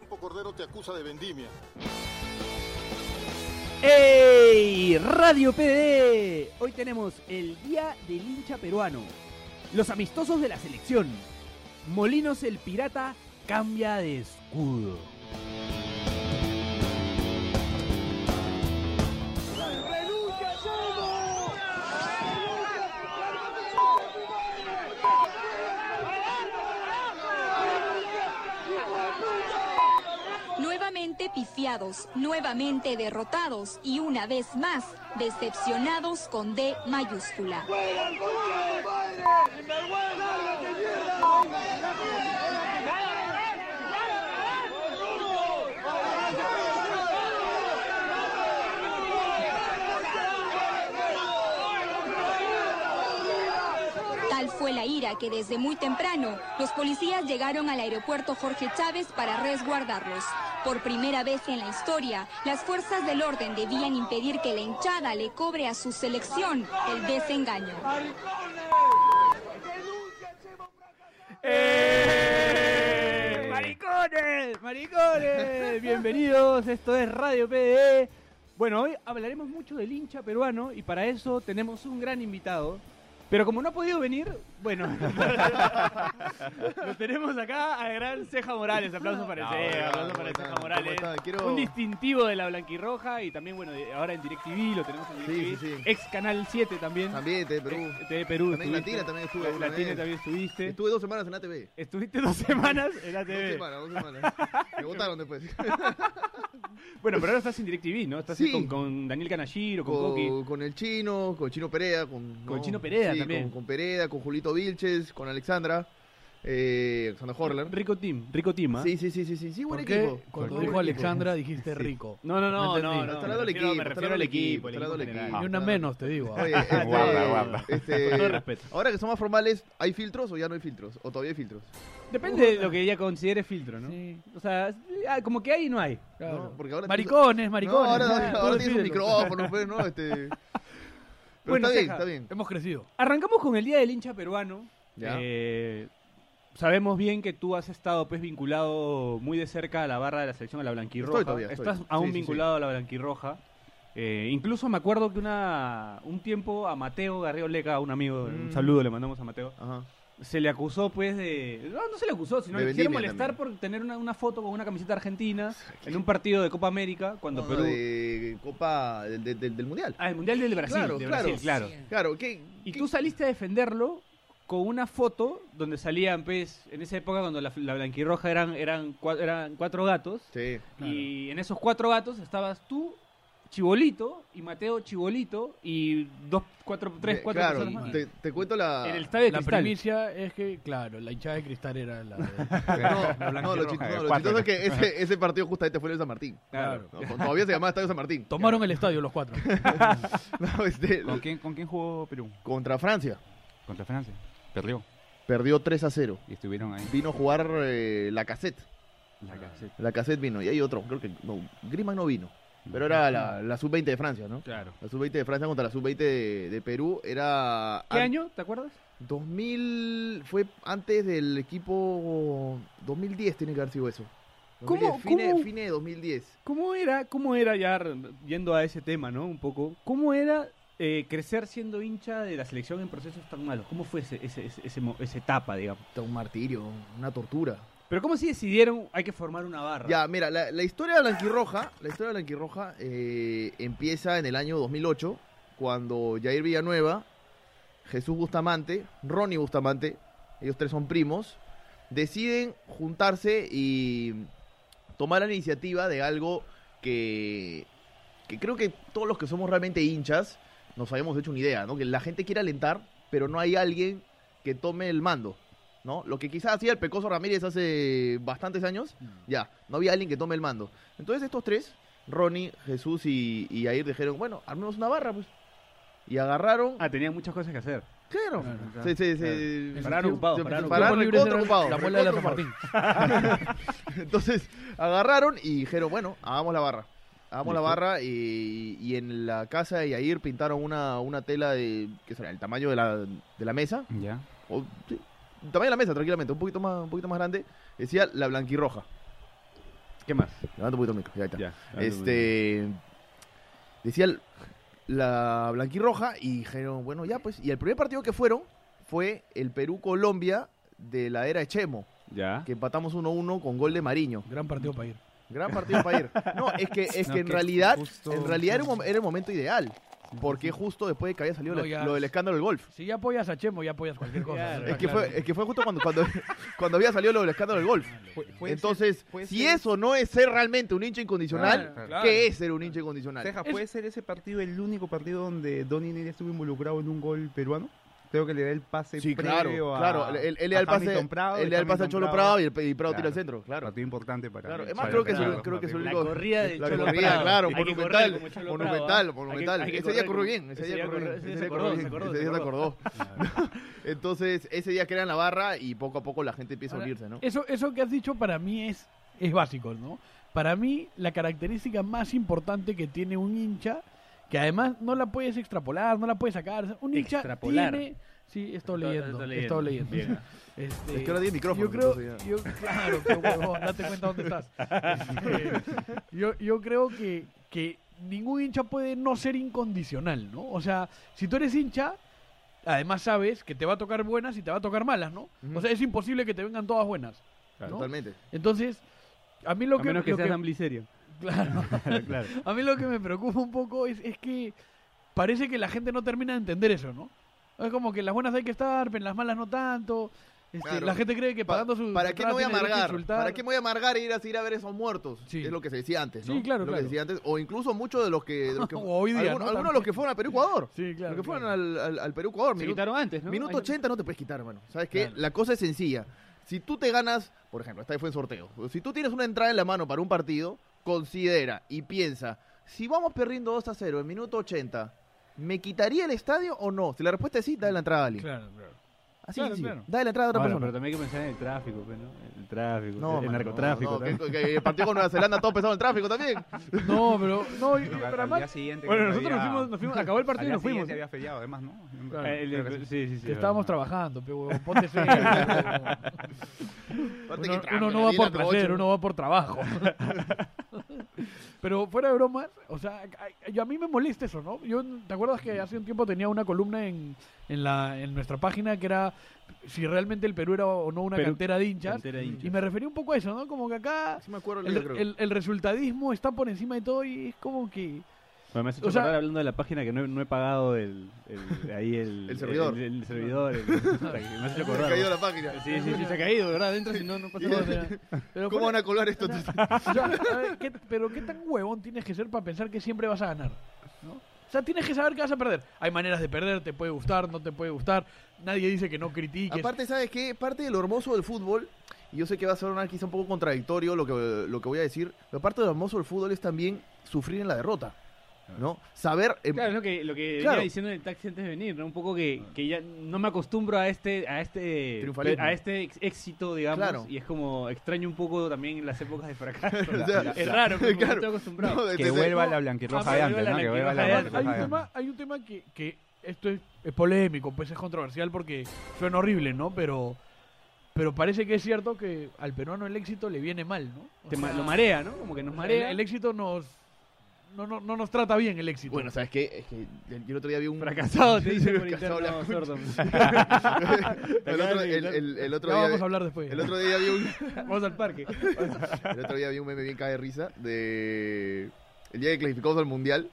Gustavo Cordero te acusa de vendimia. ¡Ey! Radio PD. Hoy tenemos el Día del Hincha Peruano. Los amistosos de la selección. Molinos el Pirata cambia de escudo. Nuevamente pifiados, nuevamente derrotados y una vez más decepcionados con D mayúscula. Tal fue la ira que desde muy temprano los policías llegaron al aeropuerto Jorge Chávez para resguardarlos. Por primera vez en la historia, las fuerzas del orden debían impedir que la hinchada le cobre a su selección el desengaño. ¡Eh! ¡Maricones! ¡Maricones! Bienvenidos, esto es Radio PDE. Bueno, hoy hablaremos mucho del hincha peruano y para eso tenemos un gran invitado. Pero como no ha podido venir, bueno, lo tenemos acá a gran Ceja Morales. Aplausos para el No, Ceja, hola, aplausos para ¿cómo el Ceja están? Morales. ¿Cómo están? Quiero- Un distintivo de la blanquirroja y también, bueno, de- ahora en DirecTV lo tenemos en Sí, DirecTV. sí, sí. Ex Canal 7 también. También, te Perú. Eh, TV Perú. También en estuviste. Latina también estuve En alguna Latina vez. también estuviste. Estuve dos semanas en ATV. Estuviste dos semanas en la Dos TV. semanas, dos semanas. Me votaron después. Bueno, pero ahora estás en DirecTV, ¿no? Estás Sí. con, con Daniel Canashiro, con Coqui. Con, con el chino, con Chino Pereda. Con, Con Chino Pereda sí, también. Con, con Pereda, con Julito Vilches, con Alexandra. Eh, Alexandra Horler. Rico Team, Rico Team, ¿ah? Sí, sí, sí, sí, sí, sí, buen ¿Por equipo. qué? Cuando dijo Alexandra dijiste rico. No, no, no, No no, entendí. no. Está hablando del me refiero- equipo, Me está refiero al hablando del equipo, equipo, el está equipo hablando del general. equipo. Ni una Ah. menos, te digo. Oye, este, Guarda, guarda. este, Con todo respeto. ahora que son más formales, ¿hay filtros o ya no hay filtros? ¿O todavía hay filtros? Depende de lo que ella considere filtro, ¿no? Sí. O sea, ah, como que hay y no hay. Claro. No, porque ahora Maricones, tienes- maricones. No, ahora, ahora, Todo ahora tienes un decídelo. micrófono, pues, ¿no? Este... Pero Bueno, está bien, Ceja. está bien. Hemos crecido. Arrancamos con el Día del Hincha Peruano. Ya. Eh, sabemos bien que tú has estado pues vinculado muy de cerca a la barra de la selección, a la blanquirroja. Estoy todavía, estoy. Estás aún Sí, sí, vinculado a la blanquirroja. Eh, incluso me acuerdo que una un tiempo a Mateo Garrido Leca, un amigo, un Mm. saludo le mandamos a Mateo, Ajá. se le acusó pues de... No, no se le acusó, sino De le quisieron vendimia molestar por tener una, una foto con una camiseta argentina en un partido de Copa América cuando No, no, Perú... de Copa del, del- del- del Mundial. Ah, el Mundial del Brasil, Claro, de claro. Brasil, claro. Claro, ¿qué? Y qué- tú saliste a defenderlo con una foto donde salían, pues, en esa época cuando la, la blanquirroja eran, eran, cua- eran cuatro gatos. Sí. Y en esos cuatro gatos estabas tú, Chibolito, y Mateo Chibolito, y dos, cuatro, tres, Eh, cuatro claro, personas más. te, te cuento la... Ah. En el estadio de La cristal. primicia es que, claro, la hinchada de cristal era la. de- No, no, lo, blanquirroja chi- de no, lo cuatro. chistoso es que ese, ese partido justamente fue en el San Martín. Claro. No, con- todavía se llamaba Estadio San Martín. Tomaron el estadio los cuatro. No, este, ¿Con quién, ¿Con quién jugó Perú? Contra Francia. Contra Francia. Perdió. Perdió 3 a 0. Y estuvieron ahí. Vino a jugar eh, la cassette. La cassette. La cassette vino. Y hay otro, creo que... No, Griezmann no vino. Pero era la, la sub-20 de Francia, ¿no? Claro. La sub-20 de Francia contra la sub-20 de, de Perú era... ¿Qué an- año? ¿Te acuerdas? 2000 fue antes del equipo 2010 tiene que haber sido eso. ¿Cómo- 2010, Fine, cómo? fine de 2010. ¿Cómo era, cómo era ya yendo a ese tema, ¿no? Un poco. ¿Cómo era eh, crecer siendo hincha de la selección en procesos tan malos? ¿Cómo fue ese, ese, ese- ese mo- esa etapa, digamos? Está un martirio, una tortura. Pero ¿cómo si decidieron hay que formar una barra? Ya, mira, la, la historia de Blanquirroja, la historia de Blanquirroja eh, empieza en el año 2008 cuando Jair Villanueva, Jesús Bustamante, Ronnie Bustamante, ellos tres son primos, deciden juntarse y tomar la iniciativa de algo que, que creo que todos los que somos realmente hinchas nos habíamos hecho una idea, ¿no? Que la gente quiere alentar, pero no hay alguien que tome el mando, ¿no? Lo que quizás hacía el Pecoso Ramírez hace bastantes años, Mm. ya, no había alguien que tome el mando. Entonces estos tres, Ronnie, Jesús y, y Jair, dijeron, bueno, armemos una barra, pues. Y agarraron... Ah, tenían muchas cosas que hacer. claro. claro. Se, se, se- Claro. Pararon ocupados, pararon Pararon Los libres recontra eran ocupados, La muela de la San recontra Martín. Entonces agarraron y dijeron, bueno, hagamos la barra. Hagamos la Listo. barra y, y en la casa de Yair pintaron una, una tela de, ¿qué será? El tamaño de la, de la mesa. Ya. O, sí, el tamaño de la mesa, tranquilamente, un poquito más, un poquito más grande. Decía la blanquirroja. ¿Qué más? Levanta un poquito el micro, ya ahí está. Ya. Este. Decía el- la blanquirroja y dijeron, bueno, ya pues. Y el primer partido que fueron fue el Perú-Colombia de la era de Chemo, Ya. que empatamos 1-1 con gol de Mariño. Gran partido para ir. Gran partido para ir. No, es que, es No, que en que realidad, justo- en realidad era, un mom- era el momento ideal. Porque justo después de que había salido No, la- ya. lo del escándalo del golf. Si ya apoyas a Chemo, ya apoyas cualquier cosa. Claro. ¿verdad? Es que, Claro. fue, es que fue justo cuando, cuando, cuando había salido lo del escándalo del golf. Puede Entonces, ser- puede si ser- eso no es ser realmente un hincha incondicional, Claro, claro. ¿qué es ser un hincha incondicional? Ceja, ¿puede ser ese partido el único partido donde Donny Neri estuvo involucrado en un gol peruano? Creo que le da el pase Sí, previo claro, a claro. Él él le da el a pase, Hamilton Prado, él le da el y pase a Hamilton Cholo Prado y, el, y Prado tira Claro. al centro, claro. Partido importante para Claro, mí. es más, Para creo que es Prado. el- creo que es el La único- corrida de La Cholo corrida, Prado. claro, Hay que monumental, correr como Cholo monumental, Prado, ¿ah? monumental. Hay que- hay que Ese correr día corrió como- bien, ese día corrió bien, corrió- ese día corrió bien, ese día se acordó. No, Entonces, ese día crean la barra y poco a poco la gente empieza a Ahora, eh, unirse, ¿no? Eso, eso que has dicho para mí es, es básico, ¿no? Para mí, la característica más importante que tiene un hincha, que además no la puedes extrapolar, no la puedes sacar. o sea, Un hincha Extrapolar. tiene. Sí, estoy Estoy- leyendo. estoy Estoy leyendo. leyendo. Bien. Este, Es que ahora tiene micrófono, Yo creo. entonces ya. Yo, claro, qué huevón, date cuenta dónde estás. Este, yo, yo creo que, que ningún hincha puede no ser incondicional, ¿no? O sea, si tú eres hincha, además sabes que te va a tocar buenas y te va a tocar malas, ¿no? Ujú. O sea, es imposible que te vengan todas buenas. Claro. ¿no? Totalmente. Entonces, a mí lo A que, menos que lo seas que- Amblicerio. claro, claro. a mí lo que me preocupa un poco es, es que parece que la gente no termina de entender eso, ¿no? Es como que en las buenas hay que estar, pero en las malas no tanto. Este, Claro. La gente cree que Pa- pagando su ¿Para su qué me voy a entrada tiene derecho a amargar? insultar. ¿Para qué me voy a amargar e ir a ir a ver esos muertos? Sí. Es lo que se decía antes, ¿no? Sí, claro, Lo que claro. se decía antes. O incluso muchos de los que... de los que- O hoy día, algunos, ¿no? algunos de los que fueron a Perú-Ecuador. Sí, claro. los que fueron claro. al, al- al Perú-Ecuador. Se minuto- quitaron antes, ¿no? Minuto Ahí- 80 no te puedes quitar, hermano. ¿Sabes qué? Claro. La cosa es sencilla. Si tú te ganas, por ejemplo, esta fue en sorteo. Si tú tienes una entrada en la mano para un partido, considera y piensa, si vamos perdiendo 2 a 0 en minuto 80, ¿me quitaría el estadio o no? Si la respuesta es sí, dale la entrada a alguien. Claro, claro. Así Claro, es, claro. Dale la entrada a otra Ahora, pero persona. también hay que pensar en el tráfico, pues, ¿no? El tráfico, No, el mano, narcotráfico. no, no, también. que, que- que partió con Nueva Zelanda todo pesado en el tráfico también. No, pero no, y- y No, al- para al más- día siguiente, Bueno, creo que nosotros nos había- fuimos, nos fuimos, acabó el al partido y día nos fuimos. siguiente había feriado, además, ¿no? Claro. Eh, el- Creo que sí. sí, sí, sí. que estábamos verdad. trabajando, pero ponte serio. Aparte que uno, tráfico, uno la no va vida por entre placer, ocho. uno va por trabajo. Pero fuera de bromas, o sea, a- yo- a mí me molesta eso, ¿no? Yo, ¿te acuerdas que hace un tiempo tenía una columna en, en, la, en nuestra página que era si realmente el Perú era o no una Perú- cantera de hinchas? Cantera de hinchas. Y me referí un poco a eso, ¿no? Como que acá Sí me acuerdo el el, día, creo. el- el resultadismo está por encima de todo y es como que... Bueno, me has hecho O sea- acordar hablando de la página que no he, no he pagado el, el- ahí el, El servidor. El, el servidor. el- me has hecho Se ha acordar. caído la página. Sí, sí, sí, se ha caído, de ¿verdad? Entras y no, no pasa nada. Pero ¿Cómo fuera- van a colar esto? O sea, a ver, ¿qué- pero qué tan huevón tienes que ser para pensar que siempre vas a ganar. ¿no? O sea, tienes que saber que vas a perder. Hay maneras de perder, te puede gustar, no te puede gustar. Nadie dice que no critiques. Aparte, ¿sabes qué? Parte de lo hermoso del fútbol, y yo sé que va a sonar quizá un poco contradictorio lo que, lo que voy a decir, pero parte de lo hermoso del fútbol es también sufrir en la derrota, ¿no? Saber... em, Claro, es lo que, lo que Claro. venía diciendo en el taxi antes de venir, ¿no? Un poco que, que ya no me acostumbro a este, a este, Triunfalismo. a este ex- éxito, digamos, Claro. y es como extraño un poco también las épocas de fracaso. O sea, es raro, porque no claro. estoy acostumbrado. no, Que desde- vuelva no, la blanquirroja Ah, de que antes, vuelva ¿no? la Que vuelva la blanquirroja de hay, antes. hay un blanquirroja de tema, hay un tema que, que esto es, es polémico, pues es controversial porque suena horrible, ¿no? Pero, pero parece que es cierto que al peruano el éxito le viene mal, ¿no? O Te ma- sea, lo marea, ¿no? Como que nos marea. El, el éxito nos... No, no, no nos trata bien el éxito. Bueno, ¿sabes qué? Es que yo el otro día vi un... fracasado, te dice por Fracasado, interno, la sordo. el, otro, el- el- el otro ya vamos a día, hablar después. el otro día vi un... Vamos al parque. El otro día vi un meme bien cae de risa de. El día que clasificamos al mundial.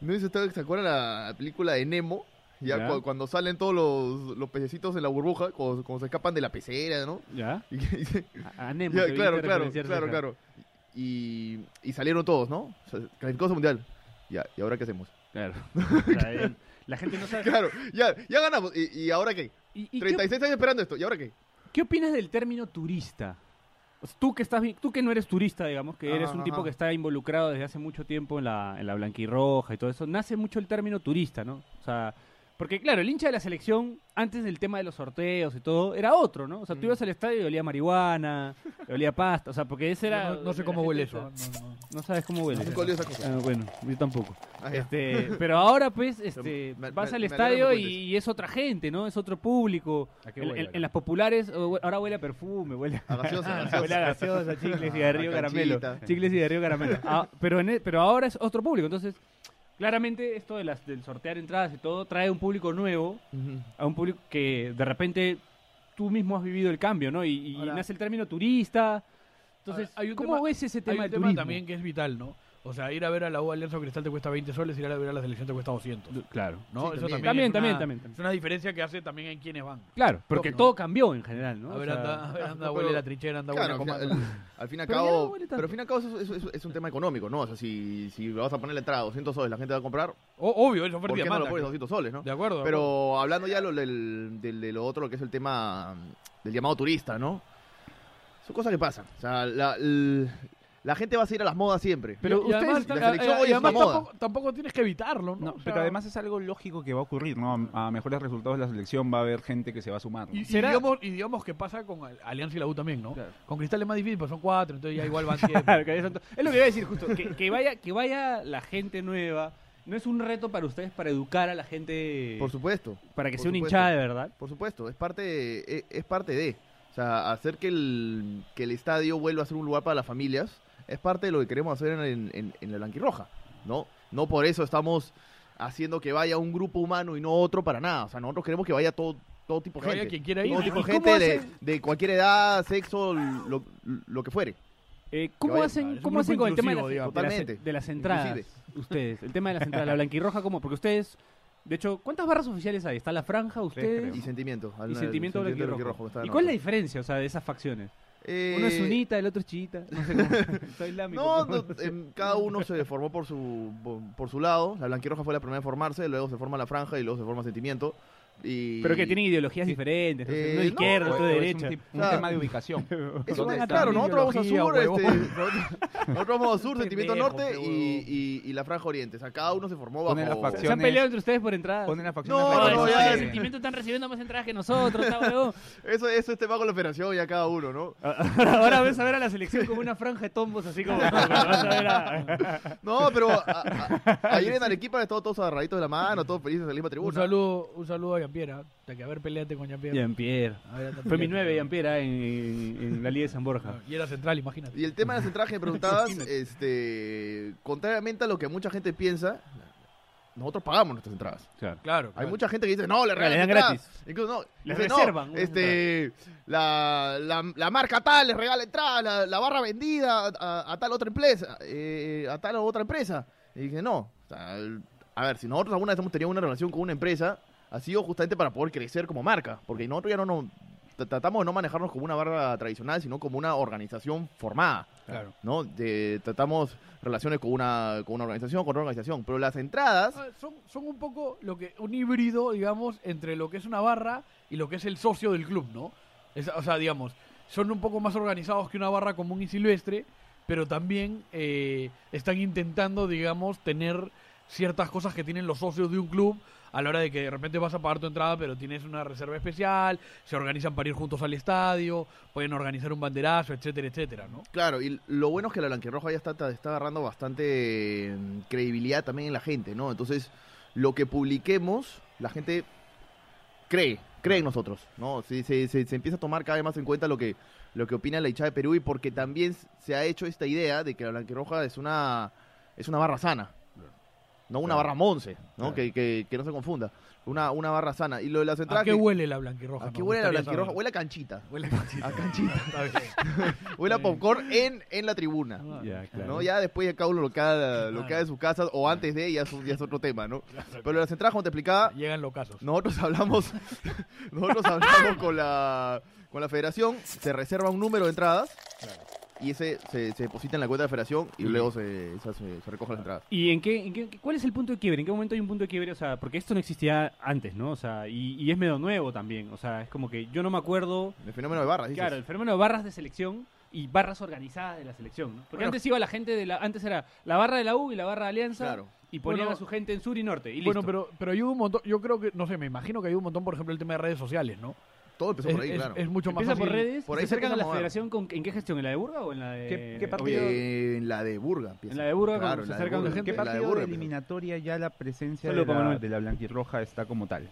No sé si ustedes se acuerdan la película de Nemo. Ya, Ya. cu- cuando salen todos los, los pececitos en la burbuja, cuando, cuando se escapan de la pecera, ¿no? ¿Ya? Y que dice- A- a Nemo, ya, que viniste claro, a claro, referenciarse claro, acá. claro. Y, y salieron todos, ¿no? O sea, clasificamos al mundial. Ya, ¿y ahora qué hacemos? Claro. O sea, eh, La gente no sabe. Claro, ya, ya ganamos. ¿Y, y ahora qué? ¿Y, y qué, 36 años esperando esto. ¿Y ahora qué? qué opinas del término turista? O sea, tú que estás, vi- tú que no eres turista, digamos, que eres Ajá, un tipo ajá. que está involucrado desde hace mucho tiempo en la, en la blanquirroja y todo eso, nace mucho el término turista, ¿no? O sea, porque claro, el hincha de la selección, antes del tema de los sorteos y todo, era otro, ¿no? O sea, tú Mm. ibas al estadio y olía marihuana, olía pasta, o sea, porque ese era... no, no sé cómo la huele gente- eso. No, no. No sabes cómo huele. Nunca olí esa cosa. Ah, bueno, yo tampoco. Ah, ya. Este, pero ahora pues este, Me- me- vas al me alegra estadio que y, cuentes. y es otra gente, ¿no? Es otro público. ¿A qué En, huele en- ahora? en las populares oh, hue- ahora huele a perfume, huele a... A Ah, gaseosa, a gaseosa. Huele a gaseosa, chicles y Ah, de río a caramelo. canchita. Chicles y de río caramelo. Ah, pero, en e- pero ahora es otro público. Entonces, claramente esto de las, del sortear entradas y todo trae un público nuevo, Ujú. a un público que de repente tú mismo has vivido el cambio, ¿no? Y, y Ahora- nace el término turista. Entonces, Ahora, hay un ¿cómo tema- ves ese tema del Hay un tema turismo? también que es vital, ¿no? O sea, ir a ver a la U Alianza o Cristal te cuesta 20 soles, ir a ver a la selección te cuesta 200. ¿no? Claro. Eso también. es También, una- también, también, también. Es una diferencia que hace también en quienes van. Claro, porque ¿no? todo cambió en general, ¿no? A O ver, sea, anda, a ver, anda, no, huele pero- la trinchera, anda, Claro, huele a al, comando. al fin y al Pero ya no cabo, huele tanto. pero al fin y al cabo eso- eso- eso- es un tema económico, ¿no? O sea, si, si vas a poner la entrada 200 soles, la gente va a comprar, O- obvio, es ¿por oferta y qué no lo demanda, pones claro. 200 soles, no? De acuerdo. de acuerdo. Pero hablando ya lo del, del- de lo otro, que es el tema mm, del llamado turista, ¿no? Son cosas que pasan. O sea, la, l- la gente va a seguir a las modas siempre. Y- Pero y ustedes- además, la selección y- y hoy es una además moda. tampoco, tampoco tienes que evitarlo, ¿no? No, O sea, pero además es algo lógico que va a ocurrir, ¿no? A, a mejores resultados de la selección va a haber gente que se va a sumar. ¿no? Y, y ¿Será? digamos, y digamos que pasa con Al- Alianza y la U también, ¿no? Claro. Con Cristal es más difícil, pues son cuatro, entonces ya igual van siete. Claro, que haya tanto- Es lo que iba a decir justo, que, que vaya, que vaya la gente nueva. No es un reto para ustedes para educar a la gente, Por supuesto, para que por sea una supuesto. hinchada de verdad. por supuesto. Es parte, de- e, es, es parte de. O sea, hacer que el, que el estadio vuelva a ser un lugar para las familias es parte de lo que queremos hacer en, en- en- en la blanquirroja, ¿no? No por eso estamos haciendo que vaya un grupo humano y no otro para nada. O sea, nosotros queremos que vaya todo, todo tipo Que de gente. vaya quien quiera ir. Todo ¿Y tipo de cómo gente de, hacen? de cualquier edad, sexo, lo, lo que fuere. Eh, ¿Cómo vaya- Claro, hacen, es un cómo hacen grupo con el tema de las, inclusivo, de las- digamos. de las entradas? Inclusive. Ustedes, el tema de las entradas, la blanquirroja, ¿cómo? Porque ustedes, de hecho, ¿cuántas barras oficiales hay? ¿Está la franja, ustedes? Y sentimiento. al- Y al- sentimiento blanquirrojo, blanquirrojo. está ¿Y en cuál es la otro. diferencia, o sea, de esas facciones? Uno es Eh, sunita, el otro es chiita. No sé cómo. Soy islámico. No, no, em, cada uno se formó por su por, por su lado. La blanquirroja fue la primera en formarse, luego se forma la franja y luego se forma sentimiento. Y Pero que tienen ideologías diferentes, no sé, Eh, uno no, de izquierda, O- otro o de es derecha. Un, tip- un Claro. tema de ubicación. Es ¿Dónde una- está claro, mi nosotros vamos a ideología, sur, huevón? este, nosotros- nosotros vamos a sur, sentimiento Pendejo, norte qué y, y- y la franja oriente. O sea, cada uno se formó bajo. Ponen las Se han facciones. peleado entre ustedes por entradas. Ponen las No, facciones. no, ya el es- sentimiento están recibiendo más entradas que nosotros, está huevón. Eso, eso es tema con la operación ya cada uno, ¿no? Ahora ves a ver a la selección como una franja de tombos, así como. como vas a ver a- No, pero a- a- ayer en Arequipa han estado todos agarraditos de la mano, todos felices en la misma un, tribuna. saludo, un saludo a Jean-Pierre, ¿ah? O sea, que a ver, peleate con Jean-Pierre. Jean-Pierre. A ver, anda, Fue mi peleate. 9 Jean-Pierre ah, en, en- en la Liga de San Borja. Y era central, imagínate. Y el tema de las entradas que me preguntabas, este, contrariamente a lo que mucha gente piensa, nosotros pagamos nuestras entradas. Claro. Hay claro. mucha gente que dice, no, Claro, le le regalan dan entradas. gratis. Incluso no, Les dice, no, reservan una este, la, la, la marca tal les regala entradas, la, la barra vendida a, a tal otra empresa, eh, a tal otra empresa. Y dije, no, o sea, el- a ver, si nosotros alguna vez hemos tenido una relación con una empresa, ha sido justamente para poder crecer como marca, porque nosotros ya no nos tra- tratamos de no manejarnos como una barra tradicional, sino como una organización formada. Claro. ¿no? De- tratamos relaciones con una, con una organización, con otra organización, pero las entradas... Ah, Son, son un poco lo que un híbrido, digamos, entre lo que es una barra y lo que es el socio del club, ¿no? Es- o sea, digamos, son un poco más organizados que una barra común y silvestre, pero también eh, están intentando, digamos, tener ciertas cosas que tienen los socios de un club a la hora de que de repente vas a pagar tu entrada, pero tienes una reserva especial, se organizan para ir juntos al estadio, pueden organizar un banderazo, etcétera, etcétera, ¿no? Claro, y lo bueno es que la blanquirroja ya está, está- está agarrando bastante eh, credibilidad también en la gente, ¿no? Entonces, lo que publiquemos, la gente cree, cree en nosotros, ¿no? Se, se- se- se empieza a tomar cada vez más en cuenta lo que, lo que opina la hinchada de Perú y porque también se ha hecho esta idea de que la blanquirroja es una, es una barra sana, no una barra monce, ¿no? Claro. Que, que- que no se confunda, una, una barra sana. Y lo de las entradas... ¿A Ah, qué que- huele la blanquirroja? ¿A qué Me huele la gustaría blanquirroja? saber. Huele a canchita, Huele a canchita. a canchita, Está bien. huele a popcorn en, en la Ah, tribuna. Ya, claro. ¿no? Ya después de cada uno lo que haga, lo que haga Claro. de su casa o antes de, ya es, un- ya es otro tema, ¿no? Pero las entradas, como te explicaba, Llegan los casos. nosotros hablamos, nosotros hablamos con la, con la federación, se reserva un número de entradas y ese se, se deposita en la cuenta de la federación y luego se, se, hace- se recogen las entradas. ¿Y en qué, en qué- cuál es el punto de quiebre? ¿En qué momento hay un punto de quiebre? O sea, porque esto no existía antes, ¿no? O sea, y, y es medio nuevo también. O sea, es como que yo no me acuerdo. El fenómeno de barras, dices. Claro, el fenómeno de barras de selección y barras organizadas de la selección, ¿no? Porque Bueno. antes iba la gente de la. Antes era la barra de la U y la barra de Alianza. Claro. Y ponían Bueno, a su gente en sur y norte. Y Bueno, listo. pero, pero hay un montón, yo creo que, no sé, me imagino que hay un montón, por ejemplo, el tema de redes sociales, ¿no? Todo empezó por ahí, es, claro. es mucho más Empieza fácil. por redes, por se ahí se acercan a empieza la a mover. federación con, ¿en qué gestión? ¿En la de Burga o en la de ¿Qué- qué partido? Eh, en la de Burga empieza. En la de Burga, Claro, cuando en se la de acercan Burga. la gente. ¿Qué ¿Qué la de partido Burra, de pero- eliminatoria ya la presencia Solo de para la, Manuel. de la blanquirroja está como tal?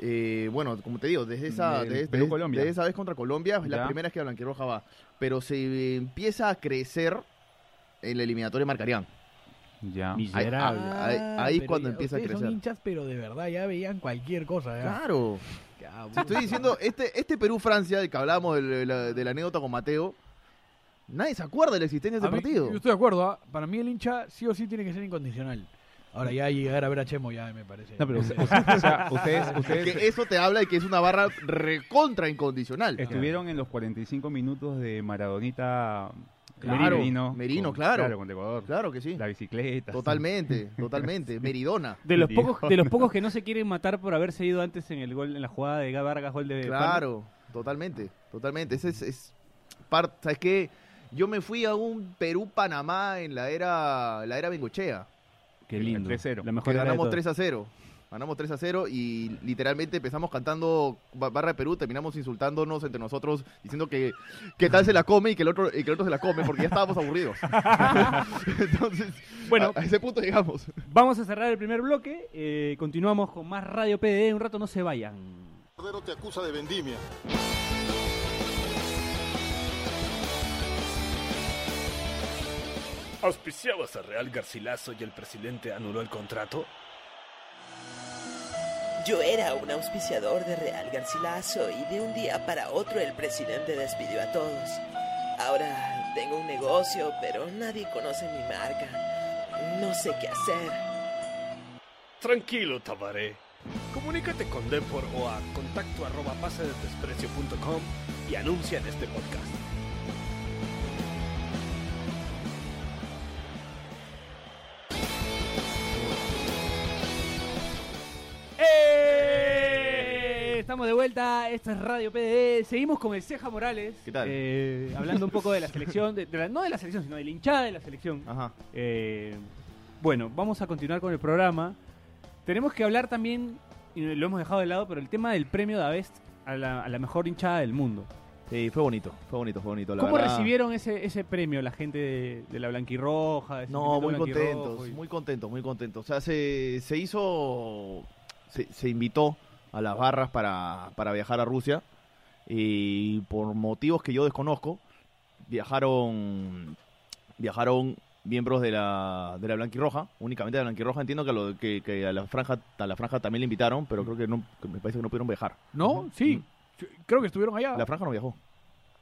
Eh, bueno, como te digo, desde esa, Del desde, Perú, desde- Colombia. desde esa vez contra Colombia, es la Ya. primera vez que la Blanquirroja va. Pero se empieza a crecer en la eliminatoria Marcarían. Ya. Ahí, ah, Ah, ahí- ahí es Ah, pero cuando ya, empieza a ustedes crecer. Ah, Son hinchas, pero de verdad ya veían cualquier cosa. ¿ya? Claro. Qué Te estoy aburrido. diciendo, este, este Perú-Francia, del que hablábamos del- de la, de la anécdota con Mateo, nadie se acuerda de la existencia de A ese mí- partido. Yo estoy de acuerdo. ¿ah? Para mí el hincha sí o sí tiene que ser incondicional. Ahora ya llegar a ver a Chemo ya me parece. Ah, No, pero usted- usted- o sea, ustedes, ustedes Que eso te habla de que es una barra recontra incondicional. estuvieron en los 45 minutos de Maradonita eh, Claro, Merino. Merino, con- claro. con Ecuador. Claro que sí. La bicicleta. Totalmente, totalmente. Meridona. De los, Sí. pocos, de los pocos que no se quieren matar por haberse ido antes en el gol, en la jugada de Vargas, gol de Claro, totalmente, totalmente. Ese es, es parte, ¿sabes qué? Yo me fui a un Perú-Panamá en la era, la era Bengochea, Qué lindo. 3-0. La que mejor era de ganamos todas. 3 a 0. Ganamos 3 a 0 y literalmente empezamos cantando ba- Barra de Perú, terminamos insultándonos entre nosotros, diciendo que, que tal se la come y que, el otro, y que el otro se la come, porque ya estábamos aburridos. Entonces, Bueno. a, a ese punto llegamos. Vamos a cerrar el primer bloque. eh, continuamos con más Radio PDE. Un rato no se vayan. Cordero te acusa de vendimia. ¿Auspiciabas a Real Garcilaso y el presidente anuló el contrato? Yo era un auspiciador de Real Garcilaso y de un día para otro el presidente despidió a todos. Ahora tengo un negocio, pero nadie conoce mi marca. No sé qué hacer. Tranquilo, Tabaré. Comunícate con Depor o a contacto arroba pasedesprecio.com y anuncia en este podcast. ¡Eh! Estamos de vuelta, esto es Radio PDE. Seguimos con el Ceja Morales. ¿Qué tal? eh, hablando un poco de la selección, de- de la- no de la selección, sino de la hinchada de la selección. Ajá. Eh, bueno, vamos a continuar con el programa. Tenemos que hablar también, y lo hemos dejado de lado, pero el tema del premio Davest a la, a la mejor hinchada del mundo. Sí, fue bonito, fue bonito, fue bonito. la ¿Cómo verdad. recibieron ese, ese premio la gente de, de la Blanquirroja? del No, muy Sindicato Blanquirrojo contentos, y- muy contentos, muy contentos. O sea, se, se hizo, se, se invitó a las barras para, para viajar a Rusia y por motivos que yo desconozco, viajaron, viajaron miembros de la, de la Blanquirroja, únicamente de la Blanquirroja. Entiendo que, a lo, que, que a, la franja, a la franja también le invitaron, pero creo que, no, que me parece que no pudieron viajar. ¿No? Sí. Yo Creo que estuvieron allá. La franja no viajó.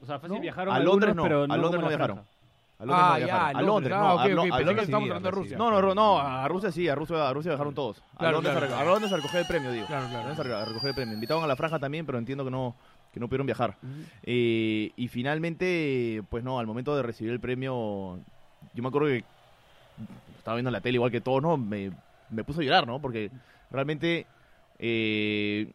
O sea, fácil No, viajaron a Londres algunos, no, pero a Londres como no la viajaron. franja. A Londres ah, no ya, viajaron. A Londres, Ah, no, a ok, Lo- ok, a pensé que Londres estábamos sí, hablando de Rusia. No, no, Ru- no, a Rusia sí, a Rusia, a Rusia viajaron todos. a, Claro, Londres, claro, a- claro. a Londres a recoger el premio, digo. Claro, claro. A Londres a, a recoger el premio. Invitaban a la franja también, pero entiendo que no, que no pudieron viajar. Eh, y finalmente, pues no, al momento de recibir el premio, yo me acuerdo que estaba viendo la tele igual que todos, ¿no? Me, me puse a llorar, ¿no? Porque realmente eh,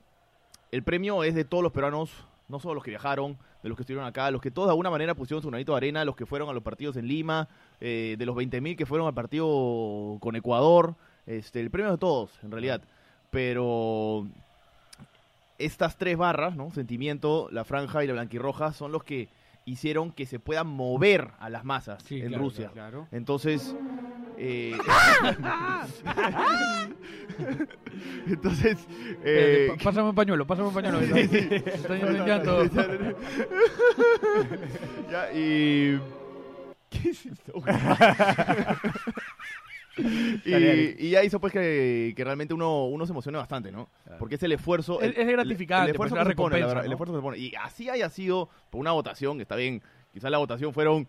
el premio es de todos los peruanos, no solo los que viajaron, de los que estuvieron acá, los que todos de alguna manera pusieron su granito de arena, los que fueron a los partidos en Lima, eh, de los 20.000 que fueron al partido con Ecuador. Este, el premio es de todos, en realidad. Pero estas tres barras, ¿no? Sentimiento, la franja y la blanquirroja, son los que hicieron que se puedan mover a las masas Sí, en claro, Rusia. Claro. Entonces. eh, Entonces. eh, Espérate, pa- pásame un pañuelo, pásame un pañuelo. que está- está yendo en llanto. ya, y. ¿Qué es esto? y, y ya hizo pues que, que realmente uno, uno se emociona bastante, ¿no? Porque es el esfuerzo. Es- el- es gratificante, el- El, pues, esfuerzo la que se pone, la recompensa, verdad, el ¿no? esfuerzo que se pone. Y así haya sido por una votación, que está bien. Quizás la votación fueron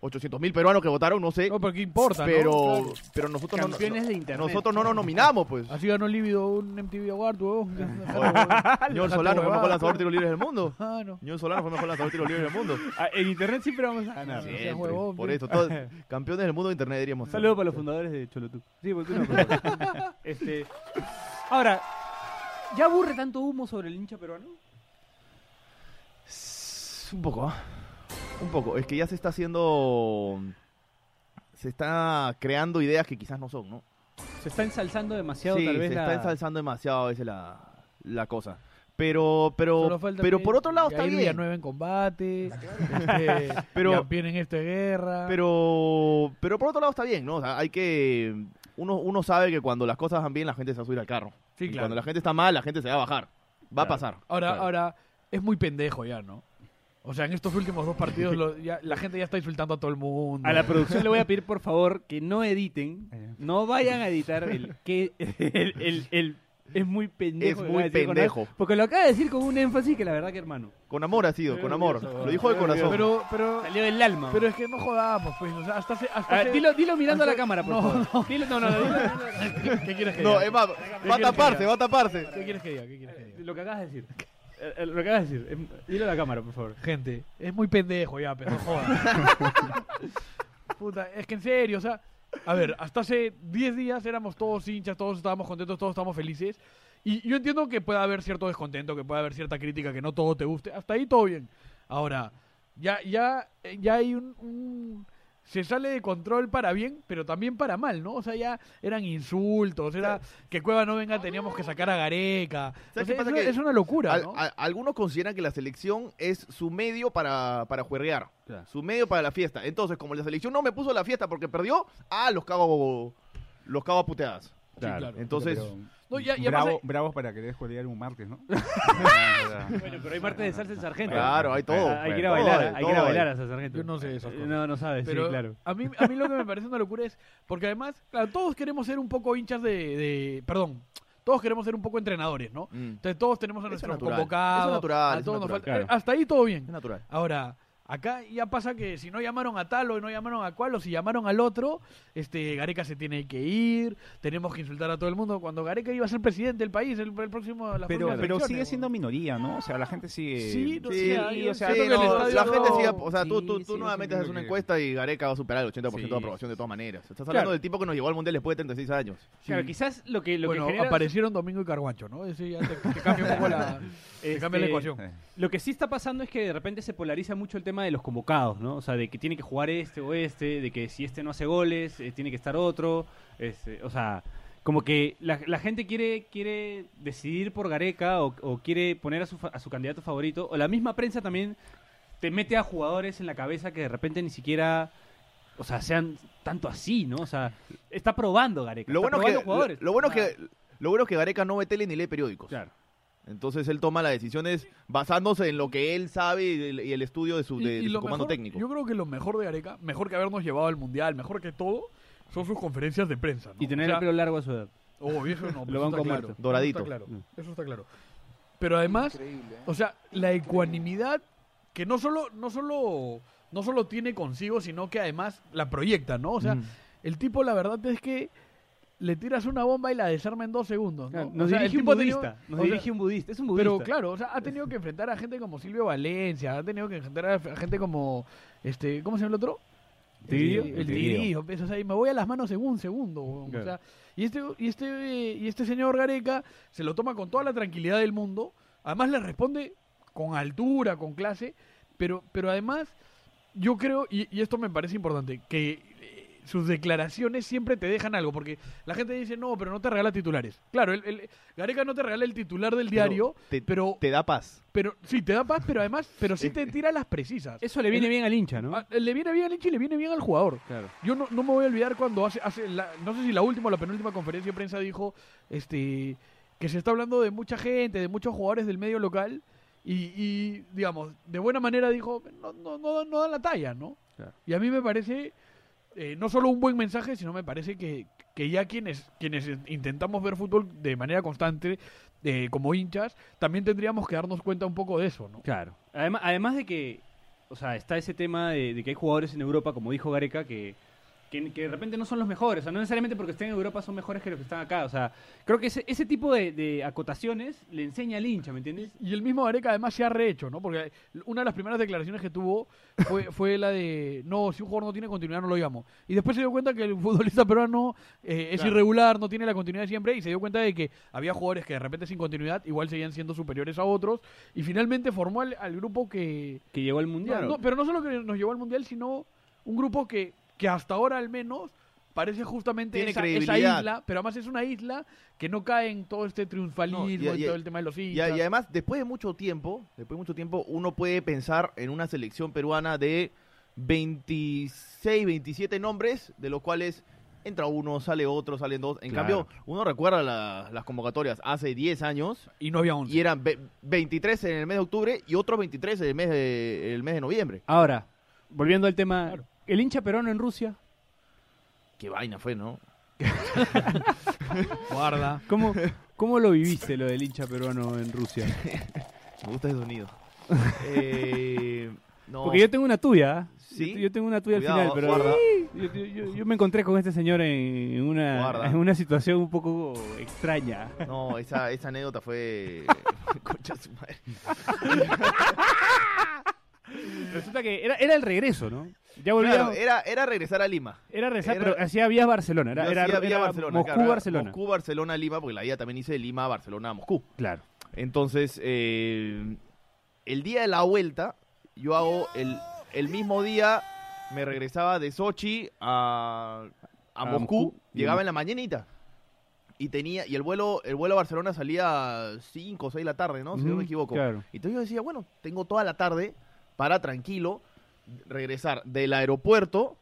800 mil peruanos que votaron, no sé. No, pero qué importa, ¿no? pero, pero nosotros no- Campeones de internet. nosotros no nos nominamos, pues. Así ganó Lívido un MTV Award, huevón. Ah, Ñol Solano fue mejor lanzador de tiros libres del mundo. Ah, no. Ñol Solano fue mejor lanzador de tiros libres del mundo. Ah, en internet siempre vamos a ganar. Sí. Saludos Siempre, huevón, pues. por pe. eso, todos campeones del mundo de internet diríamos. Saludo para los fundadores de Cholotú. Sí, porque tú no, pero- este, ahora, ¿ya aburre tanto humo sobre el hincha peruano? S- Un poco, ¿ah? Un poco. Es que ya se está haciendo. Se está creando ideas que quizás no son, ¿no? Se está ensalzando demasiado Sí, tal vez se la- está ensalzando demasiado a veces la, la cosa. Pero, pero, Solo falta pero que por otro lado está Jair bien. Villanueva en combate. este, Pero- Jean-Pierre en esta guerra. Pero, pero por otro lado está bien, ¿no? O sea, hay que. Uno, uno sabe que cuando las cosas van bien, la gente se va a subir al carro. Sí, Y claro. Cuando la gente está mal, la gente se va a bajar. Va a pasar. Ahora, Claro. ahora, es muy pendejo ya, ¿no? O sea, en estos últimos dos partidos lo- ya- la gente ya está insultando a todo el mundo. A la producción le voy a pedir, por favor, que no editen, no vayan a editar el que el, el- el- es muy pendejo. Es que muy acaba de decir con pendejo. él, porque lo acaba de decir con un énfasis que la verdad que hermano. Con amor ha sido, con amor. Lo dijo de corazón. Pero, pero, Salió del alma. pero es que no jodamos, pues. O sea, hasta hace- hasta A ver, hace- dilo, dilo mirando a la Hasta- cámara, por no, favor. Dilo- no, no, no, dilo- dilo- ¿Qué, qué quieres que no, diga? es más, va a quieres que taparse, diga? va a taparse. ¿Qué quieres que diga? ¿Qué quieres que diga? Lo que acabas de decir. Eh, eh, Lo que acabas de decir. Eh, Dilo a la cámara, por favor. Gente, es muy pendejo ya, pero no jodas. Puta, es que en serio, o sea, a ver, hasta hace 10 días éramos todos hinchas, todos estábamos contentos, todos estábamos felices. Y yo entiendo que pueda haber cierto descontento, que pueda haber cierta crítica, que no todo te guste. Hasta ahí todo bien. Ahora, ya, ya, eh, ya hay un, un- Se sale de control para bien, pero también para mal, ¿no? O sea, ya eran insultos, era que Cueva no venga, teníamos que sacar a Gareca. O ¿Sabes sea, qué pasa? es, Que es una locura, Al- ¿no? a- algunos consideran que la selección es su medio para, para juerguear, Claro. su medio para la fiesta. Entonces, como la selección no me puso la fiesta porque perdió, ah, los cago, los cago a puteadas. claro. Entonces, No, ya- ya Bravo- pasa- bravos para querer joder un martes, ¿no? Bueno, pero hay martes de salsa en sargento. claro, hay todo. hay que ir a Todo bailar, hay, hay todo que ir a hay. bailar a San Sargento. Yo no sé esas Eh, cosas. No, no sabes, Pero sí, claro. a, mí, a mí lo que me parece una locura es, porque además, claro, todos queremos ser un poco hinchas de, de- perdón, todos queremos ser un poco entrenadores, ¿no? Mm, Entonces todos tenemos a Eso nuestros natural, convocados, eso natural, a eso todos nos natural. falta- eh, hasta ahí todo bien. es natural. Ahora, acá ya pasa que si no llamaron a tal o no llamaron a cual o si llamaron al otro, este Gareca se tiene que ir, tenemos que insultar a todo el mundo. Cuando Gareca iba a ser presidente del país, el, el próximo... las Pero, próximas pero elecciones, sigue weón. siento minoría, ¿no? O sea, la gente sigue. Sí, no sé, yo o sea, Sí, siento que el no, estadio la no- gente sigue, o sea, tú, sí, tú, sí, tú yo nuevamente siempre haces creo una que- encuesta y Gareca va a superar el 80% de Sí. aprobación de todas maneras. Estás hablando Claro. del tipo que nos llegó al Mundial después de 36 años. Claro, quizás lo que, lo bueno, que genera- aparecieron Domingo y Carguancho, ¿no? Ese ya te, te cambia un poco la, te cambia la Este, ecuación. Lo que sí está pasando es que de repente se polariza mucho el tema de los convocados, ¿no? O sea, de que tiene que jugar este o este, de que si este no hace goles, eh, tiene que estar otro. este, o sea, como que la, la gente quiere, quiere decidir por Gareca o, o quiere poner a su, fa- a su candidato favorito. O la misma prensa también te mete a jugadores en la cabeza que de repente ni siquiera. O sea, sean tanto así, ¿no? O sea, está probando Gareca. Lo está bueno, es que, probando jugadores. lo, lo bueno es Ah, que, lo bueno es que Gareca no ve tele ni lee periódicos. Claro. Entonces él toma las decisiones basándose en lo que él sabe y el, y el estudio de su, Y- de- y de su lo comando mejor- técnico. Yo creo que lo mejor de Areca, mejor que habernos llevado al mundial, mejor que todo, son sus conferencias de prensa. ¿no? Y tener O sea, el pelo largo a su edad. oh, eso lo Mm. no, eso banco está claro, muerto. eso Doradito. está claro, eso está claro. Pero además, Increíble. ¿eh? o sea, la ecuanimidad que no solo, no solo, no solo tiene consigo, sino que además la proyecta, ¿no? O Mm. sea, Mm. el tipo, la verdad es que le tiras una bomba y la desarma en dos segundos. ¿no? Nos O sea, el dirige un tipo ha tenido- budista. o Nos sea, dirige un budista. Es un budista. Pero claro, o sea, ha tenido que enfrentar a gente como Silvio Valencia, ha tenido que enfrentar a f- gente como este, ¿cómo se llama el otro? Tigrillo. El, El Tigrillo. Tigrillo, pues, o sea, y me voy a las manos en un segundo, weón, o sea, y este y este eh, y este señor Gareca se lo toma con toda la tranquilidad del mundo, además le responde con altura, con clase, pero pero además yo creo y, y esto me parece importante que eh, sus declaraciones siempre te dejan algo, porque la gente dice, no, pero no te regala titulares. Claro, el, el- Gareca no te regala el titular del diario, te, pero te da paz. pero sí, te da paz, pero además, pero sí te tira las precisas. Eso le viene El- bien al hincha, ¿no? Ah, Le viene bien al hincha y le viene bien al jugador. Claro. Yo no, no me voy a olvidar cuando hace, hace la- no sé si la última o la penúltima conferencia de prensa dijo este que se está hablando de mucha gente, de muchos jugadores del medio local y, y, digamos, de buena manera dijo, no, no, no, no dan la talla, ¿no? Claro. Y a mí me parece eh, no solo un buen mensaje, sino me parece que, que ya quienes, quienes intentamos ver fútbol de manera constante, eh, como hinchas, también tendríamos que darnos cuenta un poco de eso, ¿no? Claro. Además, además de que, o sea, está ese tema de, de que hay jugadores en Europa, como dijo Gareca, que, que, que de repente no son los mejores. O sea, no necesariamente porque estén en Europa son mejores que los que están acá. O sea, creo que ese, ese tipo de, de acotaciones le enseña al hincha, ¿me entiendes? Y el mismo Areca además se ha rehecho, ¿no? Porque una de las primeras declaraciones que tuvo fue, fue la de, no, si un jugador no tiene continuidad no lo llamo. Y después se dio cuenta que el futbolista peruano eh, es irregular, no tiene la continuidad siempre, y se dio cuenta de que había jugadores que de repente sin continuidad igual seguían siendo superiores a otros, y finalmente formó al, al grupo que... Que llegó al Mundial. No, pero no solo que nos llevó al Mundial, sino un grupo que, que hasta ahora al menos parece justamente Tiene esa, esa credibilidad. isla, pero además es una isla que no cae en todo este triunfalismo No, y, y- y- todo el tema de los Y, hinchas. a- y además, después de mucho tiempo, después de mucho tiempo, uno puede pensar en una selección peruana de 26, 27 nombres, de los cuales entra uno, sale otro, salen dos. En Claro. cambio, uno recuerda la- las convocatorias hace 10 años Y no había 11. y eran ve- 23 en el mes de octubre y otros 23 en el mes de, el mes de noviembre. Ahora, volviendo al tema, el hincha peruano en Rusia, Qué vaina fue, ¿no? Guarda. ¿cómo, cómo lo viviste lo del hincha peruano en Rusia? Me gusta ese sonido. Eh, no, Porque yo tengo una tuya, ¿ah? Sí. yo, yo tengo una tuya Cuidado, al final, pero guarda. yo, yo- yo- yo me encontré con este señor en una, Guarda. en una situación un poco extraña. No, esa, esa anécdota fue. Concha de su madre. Resulta que era, era el regreso, ¿no? Ya volvía, Claro, era, era regresar a Lima. era regresar, era- pero hacía vías Barcelona, era, Yo era- hacía vía era Barcelona, Moscú, claro, era Barcelona. Moscú, Barcelona, Lima, porque la ida también hice de Lima, a Barcelona, a Moscú. Claro. Entonces, eh, el día de la vuelta, yo hago el, el mismo día, me regresaba de Sochi a, a A Moscú, Moscú, y llegaba en- en la mañanita. Y tenía, y el vuelo, el vuelo a Barcelona salía a 5 o 6 de la tarde, ¿no? Si no Ujú, me equivoco. Claro. Y Entonces yo decía, bueno, tengo toda la tarde para tranquilo regresar del aeropuerto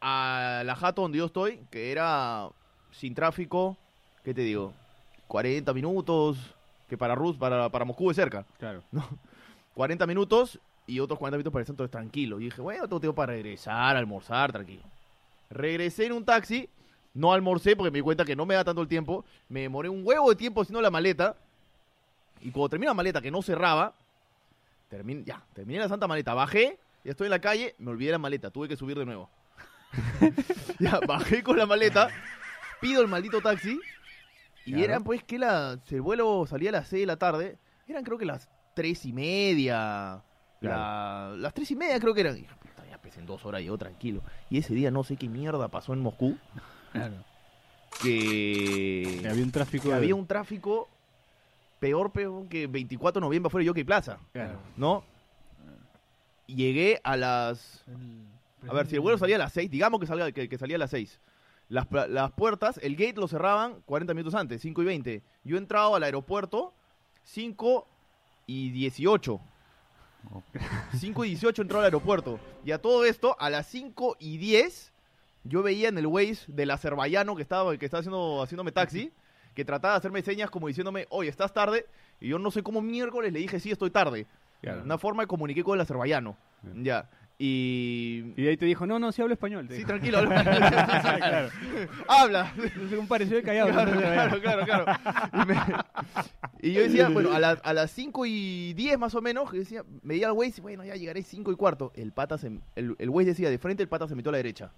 a la jato donde yo estoy, que era sin tráfico, ¿qué te digo? 40 minutos, que para Rus, para, para Moscú es cerca. Claro. ¿no? 40 minutos y otros 40 minutos para el centro, entonces tranquilo. Y dije, bueno, tengo tiempo para regresar, almorzar, tranquilo. Regresé en un taxi, no almorcé porque me di cuenta que no me da tanto el tiempo. Me demoré un huevo de tiempo haciendo la maleta. Y cuando terminé la maleta que no cerraba, termin- ya, terminé la santa maleta. Bajé, ya estoy en la calle, me olvidé la maleta, tuve que subir de nuevo. ya, bajé con la maleta, pido el maldito taxi. Y Claro. eran pues que la, el vuelo salía a las 6 de la tarde. Eran creo que las tres y media. la- las tres y media creo que eran. Y dije, "Puta, ya, pues, en dos horas yo tranquilo. Y ese día no sé qué mierda pasó en Moscú. Que Había un tráfico. que de- había un tráfico peor, peor que 24 de noviembre fuera de Jockey Plaza, Claro. ¿no? Llegué a las... A ver, si el vuelo salía a las 6, digamos que, salga, que, que salía a las 6. Las, pla- las puertas, el gate lo cerraban 40 minutos antes, 5 y 20. Yo he entrado al aeropuerto 5 y 18. 5 y 18 entró al aeropuerto. Y a todo esto, a las 5 y 10, yo veía en el Waze del azerbaiyano que estaba, que estaba haciendo, haciéndome taxi, que trataba de hacerme señas como diciéndome, oye, estás tarde. Y yo no sé cómo miércoles le dije, sí, estoy tarde. Claro. Una forma de comuniqué con el azerbaiyano. Ya. Y... Y de ahí te dijo, no, no, sí hablo español. te Sí, dijo. tranquilo. habla. Habla. un parecido de callado. Claro, claro, claro, claro. Y, me- y yo decía, bueno, a, las- a las 5 y 10 más o menos, yo decía, me di al Waze, bueno, ya llegaré 5 y cuarto. El pata se, el, el Waze decía, de frente el pata se metió a la derecha.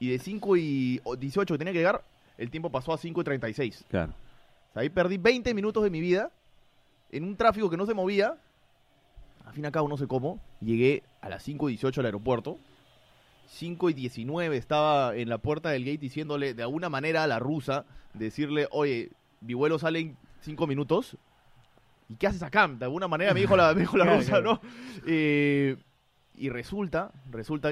Y de 5 y o- 18 que tenía que llegar, el tiempo pasó a 5 y 36. Claro. O sea, ahí perdí 20 minutos de mi vida en un tráfico que no se movía. Al fin y al cabo, no sé cómo, llegué a las 5 y 18 al aeropuerto. 5 y 19 estaba en la puerta del gate diciéndole de alguna manera a la rusa, decirle, oye, mi vuelo sale en 5 minutos. ¿Y qué haces acá? De alguna manera me dijo la, me dijo la Claro, rusa, ¿no? Eh, y resulta, resulta,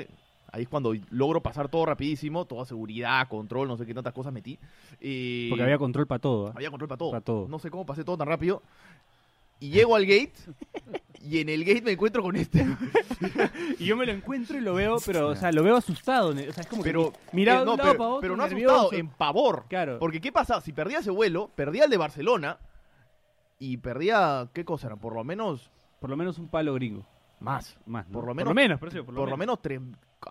ahí es cuando logro pasar todo rapidísimo, toda seguridad, control, no sé qué tantas cosas metí. Eh, Porque había control para todo. ¿ah? había control para todo. Para todo. No sé cómo pasé todo tan rápido. Y llego al gate. Y en el gate me encuentro con este. Y yo me lo encuentro y lo veo, pero, o sea, lo veo asustado. ne- O sea, es como Pero. que miraba eh, de no, un lado pero, para otro, pero no nervioso. asustado, en pavor. Claro. Porque ¿qué pasa? Si perdía ese vuelo, perdía el de Barcelona. Y perdía. ¿Qué cosa eran? Por lo menos. Por lo menos un palo gringo. Más. Más, ¿no? Por lo memenos- por, eso, por Por lo menos. tres.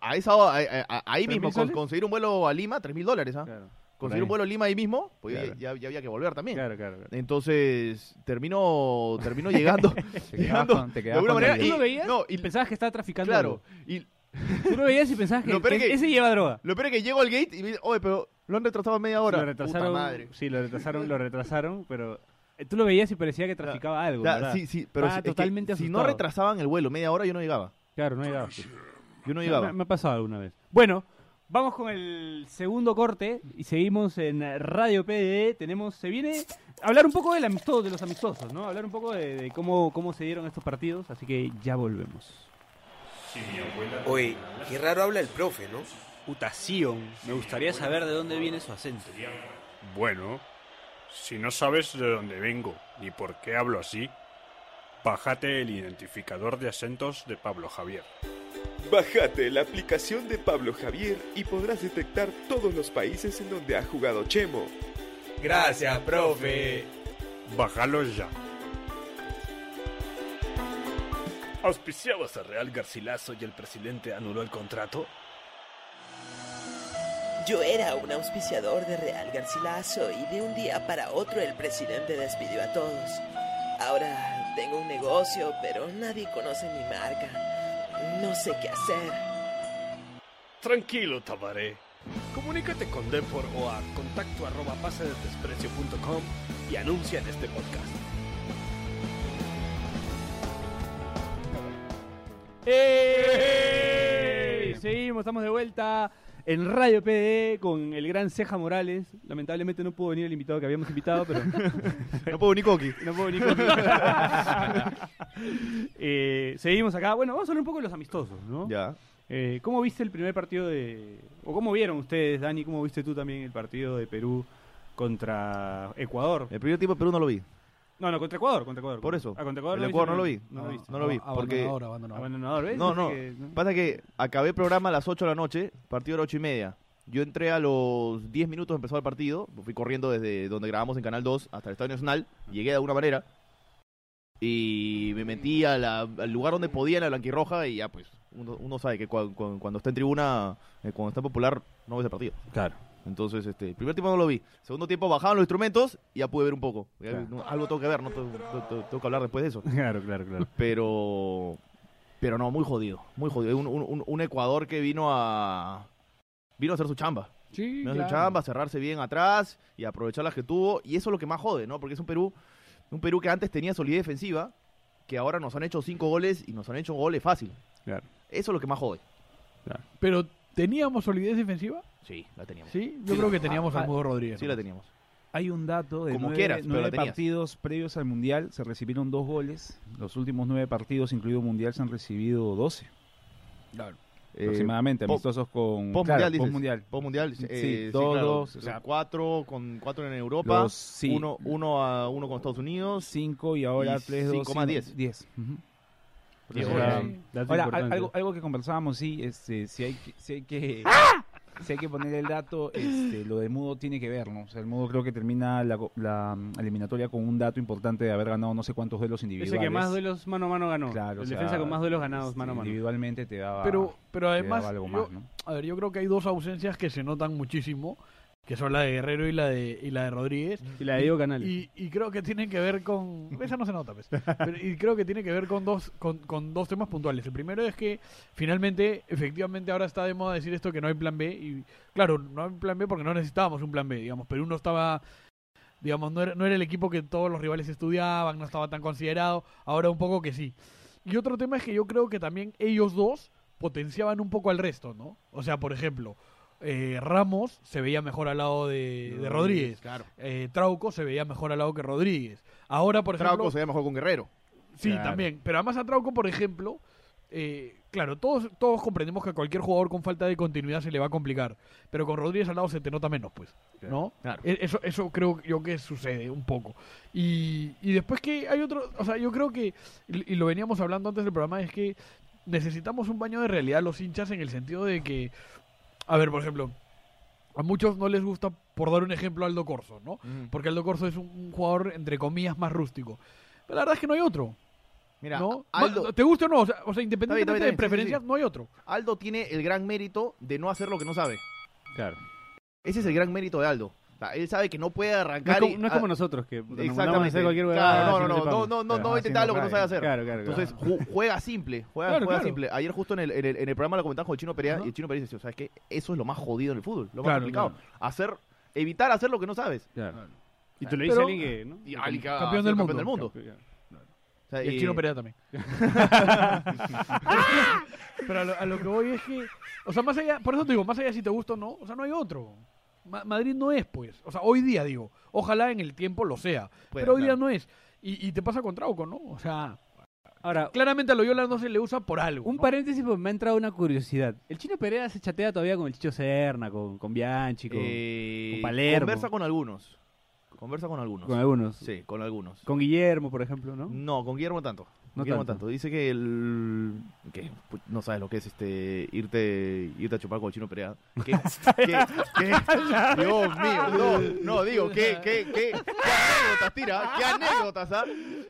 A esa hora- a- a- a- ahí ¿Tres mismo, mil con- soles? conseguir un vuelo a Lima, tres mil dólares. ¿ah? Claro, Conseguir un ahí. vuelo a Lima ahí mismo, pues ya- Claro. ya, ya había que volver también. claro, claro. claro. Entonces, termino, termino llegando. Te quedabas llegando con- te de quedabas alguna con manera. el- ¿Tú lo y- veías? No, y Pensabas que estaba traficando. Claro. Y algo. Tú lo veías y pensabas que, Lo peor es que que- ese lleva droga. lo peor es que llego al gate y me dice, oye, pero lo han retrasado media hora. lo retrasaron. Puta madre. Sí, lo retrasaron, lo retrasaron, pero eh, tú lo veías y parecía que traficaba algo. O sea, ¿verdad? sí, sí, pero Estaba si, es que totalmente si no asustado. retrasaban el vuelo media hora, yo no llegaba. Claro, no llegaba. Yo no Me, llegaba. me ha pasado alguna vez. Bueno, vamos con el segundo corte y seguimos en Radio PDE. Tenemos, se viene a hablar un poco del amistoso, de los amistosos, ¿no? Hablar un poco de, de cómo, cómo se dieron estos partidos, así que ya volvemos. Oye, qué raro habla el profe, ¿no? Utación. Me gustaría saber de dónde viene su acento. Bueno, si no sabes de dónde vengo ni por qué hablo así, bájate el identificador de acentos de Pablo Javier. Bájate la aplicación de Pablo Javier y podrás detectar todos los países en donde ha jugado Chemo. Gracias, profe. Bájalo ya. ¿Auspiciabas a Real Garcilaso y el presidente anuló el contrato? Yo era un auspiciador de Real Garcilaso y de un día para otro el presidente despidió a todos. Ahora tengo un negocio, pero nadie conoce mi marca. No sé qué hacer. Tranquilo, Tabaré. Comunícate con Depor o a contacto arroba pasedesprecio.com y anuncia en este podcast. ¡Ey! ¡Eh! Seguimos, estamos de vuelta en Radio PDE con el gran Ceja Morales. Lamentablemente no pudo venir el invitado que habíamos invitado, pero. no puedo venir Coqui. No pudo venir Coqui. Eh, seguimos acá. Bueno, vamos a hablar un poco de los amistosos, ¿no? Ya. Eh, ¿Cómo viste el primer partido de. o cómo vieron ustedes, Dani? ¿Cómo viste tú también el partido de Perú contra Ecuador? El primer tiempo Perú no lo vi. No, no, contra Ecuador, contra Ecuador. Por eso. Ah, contra Ecuador el lo Ecuador no lo vi. viste, No, pero viste. no lo vi. Porque... Ah, Abandonador, ¿ves? No, Dice no. que- Pasa que acabé el programa a las 8 de la noche, partido era 8 y media. Yo entré a los 10 minutos, empezó el partido. Fui corriendo desde donde grabamos en Canal 2 hasta el Estadio Nacional. Llegué de alguna manera. Y me metí a la- al lugar donde podía, en la blanquirroja. Y ya, pues, uno, uno sabe que cua- cu- cuando, está en tribuna, eh, cuando está popular, no ves el partido. Claro. Entonces, este, el primer tiempo no lo vi. Segundo tiempo bajaban los instrumentos y ya pude ver un poco. Ya, Claro. no, algo tengo que ver, no tengo, tengo- tengo que hablar después de eso. Claro, claro, claro. Pero. Pero no, muy jodido. Muy jodido. Un, un- un- un Ecuador que vino a. Vino a hacer su chamba. Sí, Vino a hacer su claro. chamba, a cerrarse bien atrás y aprovechar las que tuvo. Y eso es lo que más jode, ¿no? Porque es un Perú. Un Perú que antes tenía solidez defensiva. Que ahora nos han hecho cinco goles y nos han hecho goles fácil. Claro. Eso es lo que más jode. Pero ¿teníamos solidez defensiva? Sí, la teníamos. Sí, yo creo que teníamos Ah, al ah, Mudo Rodríguez. Sí, la teníamos. Hay un dato de Como nueve, quieras, pero nueve la tenías. partidos previos al Mundial se recibieron dos goles. Los últimos nueve partidos, incluido Mundial, se han recibido 12 Claro. Eh, aproximadamente, Eh, po- amistosos con... Postmundial, claro, dices. postmundial. Postmundial, Sí, eh, sí, todos, claro. o sea, cuatro, con cuatro en Europa, Los- sí. uno, uno, a, uno con Estados Unidos. Cinco y ahora tres, dos, cinco más cinco, diez. diez. Ujú. Por eso Y ahora- sí. ahora, Dato al- importante. algo, algo que conversábamos, sí, este, si hay que, si hay que, ¡Ah! si hay que poner el dato, este, lo de Mudo tiene que ver, ¿no? O sea, el Mudo creo que termina la, go- la, mm, eliminatoria con un dato importante de haber ganado no sé cuántos duelos individuales. Ese que más duelos mano a mano ganó. el Claro, o sea, defensa con más duelos ganados este, mano a mano. Individualmente te daba, Pero, pero te además, daba algo yo- más, ¿no? a ver, yo creo que hay dos ausencias que se notan muchísimo, que son la de Guerrero y la de, y la de Rodríguez. Y la de Diego Canales. Y, y creo que tienen que ver con... Esa no se nota, pues. Pero- y creo que tiene que ver con dos, con, con dos temas puntuales. El primero es que finalmente, efectivamente, ahora está de moda decir esto que no hay plan B. Y claro, no hay plan B porque no necesitábamos un plan B, digamos. Perú no estaba... Digamos, no era, no era el equipo que todos los rivales estudiaban, no estaba tan considerado. Ahora un poco que sí. Y otro tema es que yo creo que también ellos dos potenciaban un poco al resto, ¿no? O sea, por ejemplo, eh, Ramos se veía mejor al lado de, de Rodríguez. claro. Eh, Trauco se veía mejor al lado que Rodríguez. Ahora, por Trauco ejemplo. se veía mejor con Guerrero. Sí, Claro. también. Pero además a Trauco, por ejemplo, eh, claro, todos, todos comprendemos que a cualquier jugador con falta de continuidad se le va a complicar. Pero con Rodríguez al lado se te nota menos, pues. ¿No? E- Eso, eso creo yo que sucede un poco. Y, y después que hay otro. O sea, yo creo que. Y y lo veníamos hablando antes del programa, es que necesitamos un baño de realidad los hinchas en el sentido de que. A ver, por ejemplo, a muchos no les gusta, por dar un ejemplo, Aldo Corso, ¿no? Mm. Porque Aldo Corso es un, un jugador, entre comillas, más rústico. Pero la verdad es que no hay otro. Mira, ¿no? Aldo- Ma- ¿Te gusta o no? O sea, o Está sea, bien, independientemente está bien, de está bien, sí, sí, preferencias, sí. no hay otro. Aldo tiene el gran mérito de no hacer lo que no sabe. Claro. Ese es el gran mérito de Aldo. O sea, él sabe que no puede No es arrancar. como, y- no es como ah, nosotros que nos mandamos a Exactamente. hacer cualquier huevada, si claro, no, no, no, sepamos. no, no, no, Claro. no Ah, intentar sí, lo que no sabe hacer. Claro, claro. claro. Entonces ju- juega simple, juega, Claro, juega claro. simple. Ayer justo en el, en el- en el programa lo comentaba con el chino Perea y el chino Perea dice, ¿sabes qué? Eso es lo más jodido en el fútbol, lo más Claro, complicado. Hacer, evitar hacer lo que no sabes. Claro. Y te lo dice Pero- alguien que, ¿no? Y alguien que ha Campeón sido del campeón mundo. del mundo. O sea, Y el eh, chino Perea también. Pero a lo, a lo que voy es que. O sea, más allá. Por eso te digo, más allá de si te gusta o no, o sea, no hay otro. Ma- Madrid no es, pues. O sea, hoy día digo. Ojalá en el tiempo lo sea. Pueda, pero hoy claro. día no es. Y, y te pasa con Trauco, ¿no? O sea, Ahora, claramente a Loyola no se le usa por algo. Un paréntesis, porque me ha entrado una curiosidad. ¿El chino Perea se chatea todavía con el Chicho Serna, con, con Bianchi, con, Eh, con Palermo? Conversa con algunos. Conversa con algunos. Con algunos. Sí, con algunos. Con Guillermo, por ejemplo, ¿no? No, con Guillermo tanto. No No Guillermo tanto. tanto. Dice que el que pu- no sabes lo que es este irte irte a chupar con el chino Perea. Que, que- que- Dios mío, no, no digo que que que qué anécdotas tira, qué anécdotas, ¿ah?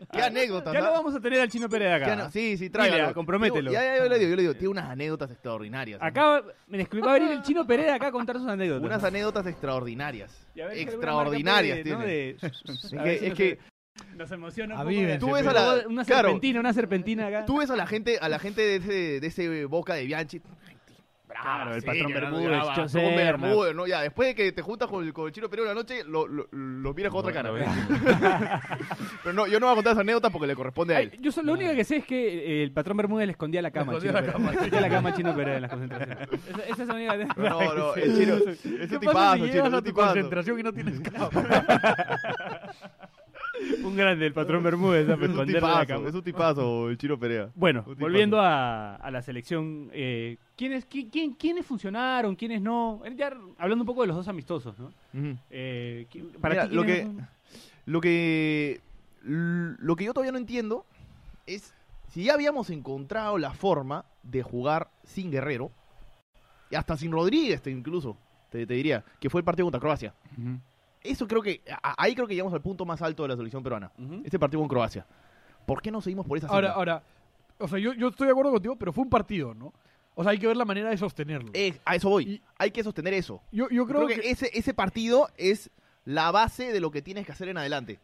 Qué anécdotas. Ya ¿ah? lo vamos a tener al chino Perea acá. Qué ano- Sí, Dile, sí, tráigalo. ah, compromételo. Eh. Digo, ya, ya, yo le digo, yo le digo, tiene unas anécdotas extraordinarias. ¿ah? Acá va- me descubrí- va a venir el chino Perea acá a contar sus anécdotas. Unas anécdotas extraordinarias. Y a ver si alguna Extraordinarias marca puede, tiene. ¿no? Es De- a ver que, si es nos- que Nos emociona un poco. Avívense, Tú ves pero- a la- una Claro. serpentina, una serpentina acá. tú ves a la gente, a la gente de ese, de ese boca de Bianchi. Claro, el patrón Bermúdez, Chicho Serna. Bermúdez, ¿no? Ya, después de que te juntas con el, con el Chino Perú una noche, lo, lo, lo miras con otra cara. Pero no, yo no voy a contar esa anécdota porque le corresponde a él. Yo so- lo único que sé es que eh, el patrón Bermúdez le escondía la cama. al Chino escondía la Perea. cama. Le escondía la cama al chino Perea en las concentraciones. Esa, esa es la única anécdota. No, no, el chino, es un tipazo, chino, es un tipazo. concentración y no tienes cama? Un grande, el patrón Bermúdez. ¿no? Es un Esconderle la tipazo, cama. es un tipazo el Chino Perea. Bueno, Un tipazo. volviendo a, a la selección, eh, ¿quiénes, qui- quién- ¿quiénes funcionaron, quiénes no? Eh, Ya hablando un poco de los dos amistosos, ¿no? Ujú. Eh, ¿qui- para Mira, ti, lo que ¿quiénes no? lo que lo que yo todavía no entiendo es si ya habíamos encontrado la forma de jugar sin Guerrero y hasta sin Rodríguez te- incluso te, te diría que fue el partido contra Croacia eso creo que a- ahí creo que llegamos al punto más alto de la selección peruana este partido con Croacia ¿por qué no seguimos por esa Ahora, senda? ahora, o sea, yo, yo estoy de acuerdo contigo, pero fue un partido, ¿no? O sea, hay que ver la manera de sostenerlo. Es- a eso voy hay que sostener eso Yo, Eh, yo creo, que, ese ese partido es la base de lo que tienes que hacer en adelante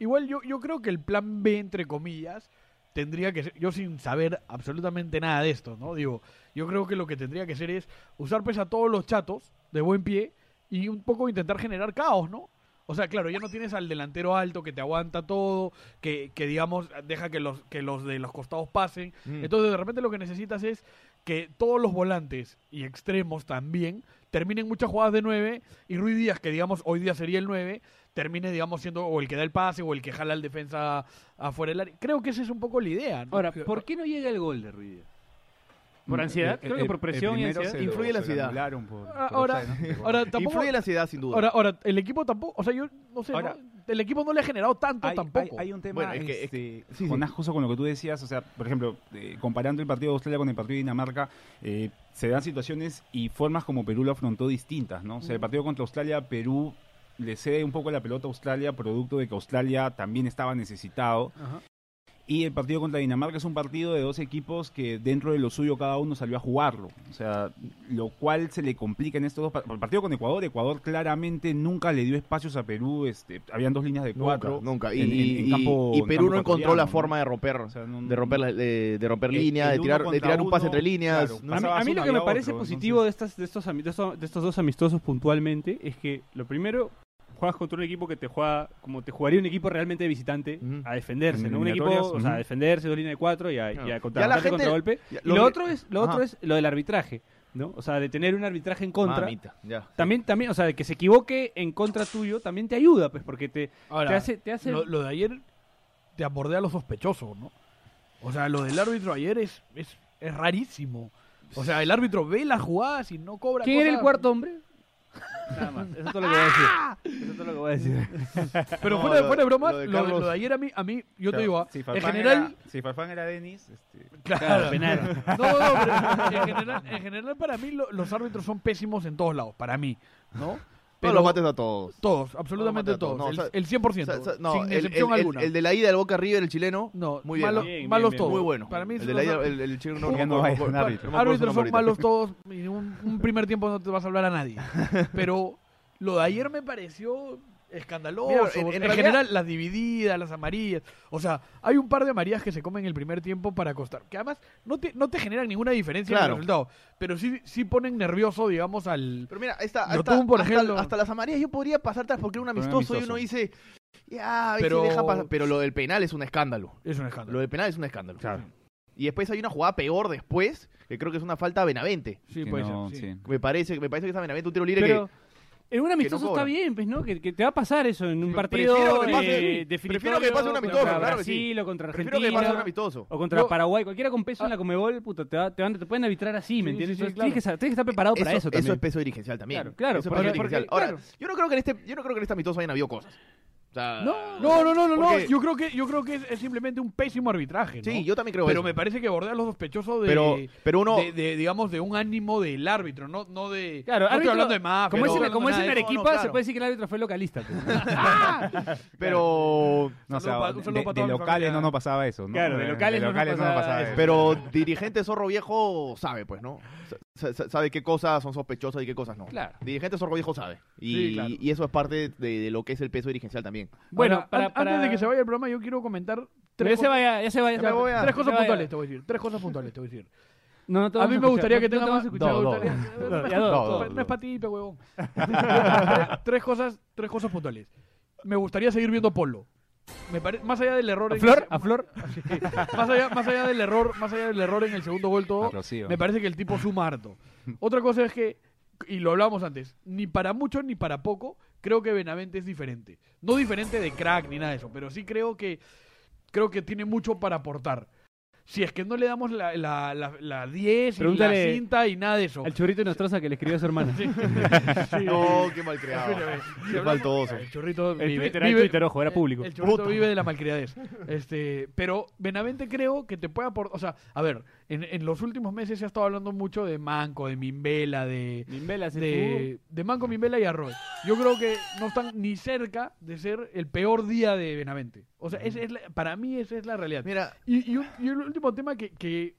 Igual yo, yo creo que el plan B, entre comillas, tendría que ser, yo sin saber absolutamente nada de esto, ¿no? Digo, yo creo que lo que tendría que ser es usar pues a todos los chatos de buen pie y un poco intentar generar caos, ¿no? O sea, claro, ya no tienes al delantero alto que te aguanta todo, que, que digamos, deja que los, que los de los costados pasen. Mm. Entonces, de repente lo que necesitas es que todos los volantes y extremos también terminen muchas jugadas de 9 y Ruiz Díaz, que digamos hoy día sería el 9, termine, digamos, siendo o el que da el pase o el que jala al defensa afuera del área. Creo que esa es un poco la idea, ¿no? Ahora, ¿por qué no llega el gol de Ruiz? Díaz? ah, Mm, Mm, ¿Por eh, ansiedad? Creo que por presión y ansiedad. Influye la ansiedad. Ah, Ahora, ahora tampoco- Influye la ansiedad, sin duda. Ahora, ahora, el equipo tampoco, o sea, yo no sé, Ahora- ¿no? el equipo no le ha generado tanto Hay- tampoco. hay- hay un tema, Bueno, es que- es este, sí, sí. Jonás, justo con lo que tú decías, o sea, por ejemplo, eh, comparando el partido de Australia con el partido de Dinamarca, eh, se dan situaciones y formas como Perú lo afrontó distintas, ¿no? O Mm. sea, el partido contra Australia, Perú le cede un poco la pelota a Australia, producto de que Australia también estaba necesitado. Y el partido contra Dinamarca es un partido de dos equipos que dentro de lo suyo cada uno salió a jugarlo. O sea, lo cual se le complica en estos dos partidos. El partido con Ecuador, Ecuador claramente nunca le dio espacios a Perú. Este, habían dos líneas de Nunca, cuatro. nunca. Y, en- en- y- en y- campo- y en Perú campo no encontró la ecuatoriano, forma de romper, de romper, la- de, de romper El- línea, el de uno tirar, de contra tirar un pase uno, entre líneas. claro. No A mí, pasabas a mí uno lo que y me a parece otro, positivo de, estas, de, estos, ami- de estos- de estos dos amistosos puntualmente es que lo primero, juegas contra un equipo que te juega como te jugaría un equipo realmente de visitante a defenderse, En ¿no? Un equipo, eliminatorias, o sea, a ujú. defenderse, dos líneas de cuatro y a, y a Claro. contra, Ya la atacarte gente- contragolpe. ya, y lo lo, que- otro, es, lo otro Ajá. es lo del arbitraje, ¿no? O sea, de tener un arbitraje en contra. Mamita, ya. También, también, o sea, de que se equivoque en contra tuyo también te ayuda, pues, porque te, Ahora, te hace... Te hace lo, lo de ayer te abordé a lo sospechoso, ¿no? O sea, lo del árbitro ayer es, es, es rarísimo. O sea, el árbitro ve las jugadas y no cobra. ¿Quién era cosas- el cuarto hombre? Nada más, eso es todo lo que voy a decir. Eso es todo lo que voy a decir. Pero No, fuera, lo- fuera de broma, lo lo de de, Carlos- lo de ayer a mí, a mí yo Claro, te digo, ah, si en Farfán general, era- si Farfán era Denis, este, Claro. penal. No, no, pero en general, en general para mí lo- los árbitros son pésimos en todos lados, para mí, ¿no? No los mates a todos. Todos, absolutamente No los mates a todos. No, el, o sea, el 100%. o sea, o sea, no, sin el- excepción el- el- alguna. El de la ida del Boca River, el chileno, No, muy malo- bien. Bien, malos bien, todos. Muy bueno. Para mí el son de la ida, los- el, el chileno no, Ya no me va a acuerdo- ser un árbitro. me acuerdo su árbitros nombre ahorita. son malos todos. y Un, un primer tiempo no te vas a hablar a nadie. Pero lo de ayer me pareció escandaloso. Mira, en- en en realidad- general, las divididas, las amarillas. O sea, hay un par de amarillas que se comen el primer tiempo para acostar. Que además no te, no te generan ninguna diferencia en Claro. el resultado. Pero sí, sí ponen nervioso, digamos, al. Pero mira, esta, Lo hasta, tuvo, por hasta- ejemplo. hasta las amarillas yo podría pasártelas porque era un Pero era amistoso, y amistoso. uno dice, ya, a ver si Pero- deja pasar. Pero lo del penal es un escándalo. Es un escándalo. Lo del penal es un escándalo. Y después hay una jugada peor después, que creo que es una falta a Benavente. Sí, Que puede no, ser, sí. sí. Me parece, me parece que está Benavente un tiro libre Pero que... En un que no amistoso está cobran. bien, pues, ¿no? Que, que te va a pasar eso en un partido prefiero que eh, pase- definitorio prefiero que pase un amistoso, contra claro que Brasil sí. o contra Argentina. Prefiero que pase un amistoso. O contra Yo- Paraguay. Cualquiera con peso en la Comebol, puta, te, va- te, van- te pueden arbitrar así, ¿me entiendes? sí, Entonces, claro. tienes, que, sa- tienes que estar preparado para eso también. Eso es peso dirigencial también. Claro, claro, Eso es porque- peso dirigencial. porque- Ahora, claro. yo no creo que en este, yo no creo que en este amistoso hayan habido cosas. O sea, No, no, no, no, no. porque- Yo creo que, yo creo que es, es simplemente un pésimo arbitraje. ¿no? Sí, yo también creo Pero eso. me parece que bordea lo sospechoso de, Pero- pero uno- de, de, digamos, de un ánimo del árbitro, no, no de. Claro, no estoy árbitro- hablando de más. Como es en, como es en Arequipa, se claro. puede decir que el árbitro fue localista. pues. Pero. No, o sea, Saludo pa- un de, saludo pa de toda mi locales no nos pasaba eso, ¿no? Claro, de locales no nos pasaba eso. Pero eh, dirigente zorro viejo sabe, pues, ¿no? Sa- sa- Sabe qué cosas son sospechosas y qué cosas no. Claro. Dirigente zorro viejo sabe. Y, Sí, claro. y eso es parte de, de lo que es el peso dirigencial también. Bueno, Bueno, para- an- antes de para- que se vaya el programa, yo quiero comentar. Pero ya se cosas- vaya, ya se vaya, me ya- voy a- ya Tres se cosas vaya. puntuales te voy a decir. Tres cosas puntuales te voy a decir. No, no te a vamos mí a me gustaría escuchar. que No te tenga vamos más. a escuchar, me dos, gustaría- dos. no, Ya, dos, no, dos, no es dos. para ti, pe huevón. Tres- Tres cosas, tres cosas puntuales. Me gustaría seguir viendo polo. Me pare- más allá del error ¿A en Flor? el- ¿A Flor? Sí. más allá más allá del error más allá del error en el segundo gol todo A Rocío. me parece que el tipo suma harto otra cosa es que y lo hablábamos antes ni para mucho ni para poco creo que Benavente es diferente no diferente de crack ni nada de eso pero sí creo que creo que tiene mucho para aportar si es que no le damos la, la, la- la 10 y la Pregúntale cinta y nada de eso Al churrito y nostrosa que le escribió a su hermana. No, qué mal creado. Escúchame, eh, si Qué hablamos- faltoso. El churrito El vive, Twitter, era vive- Twitter, ojo, era el- público. El, churrito Puta. vive de la malcriadez. Este, pero Benavente creo que te puede aportar. O sea, a ver, en, en los últimos meses se ha estado hablando mucho de Manco, de Mimbela, de. Mimbela, sí, de, de Manco, Mimbela y Arroy. Yo creo que no están ni cerca de ser el peor día de Benavente. O sea, esa es la- para mí esa es la realidad. Mira. Y, y un- y el último tema que. que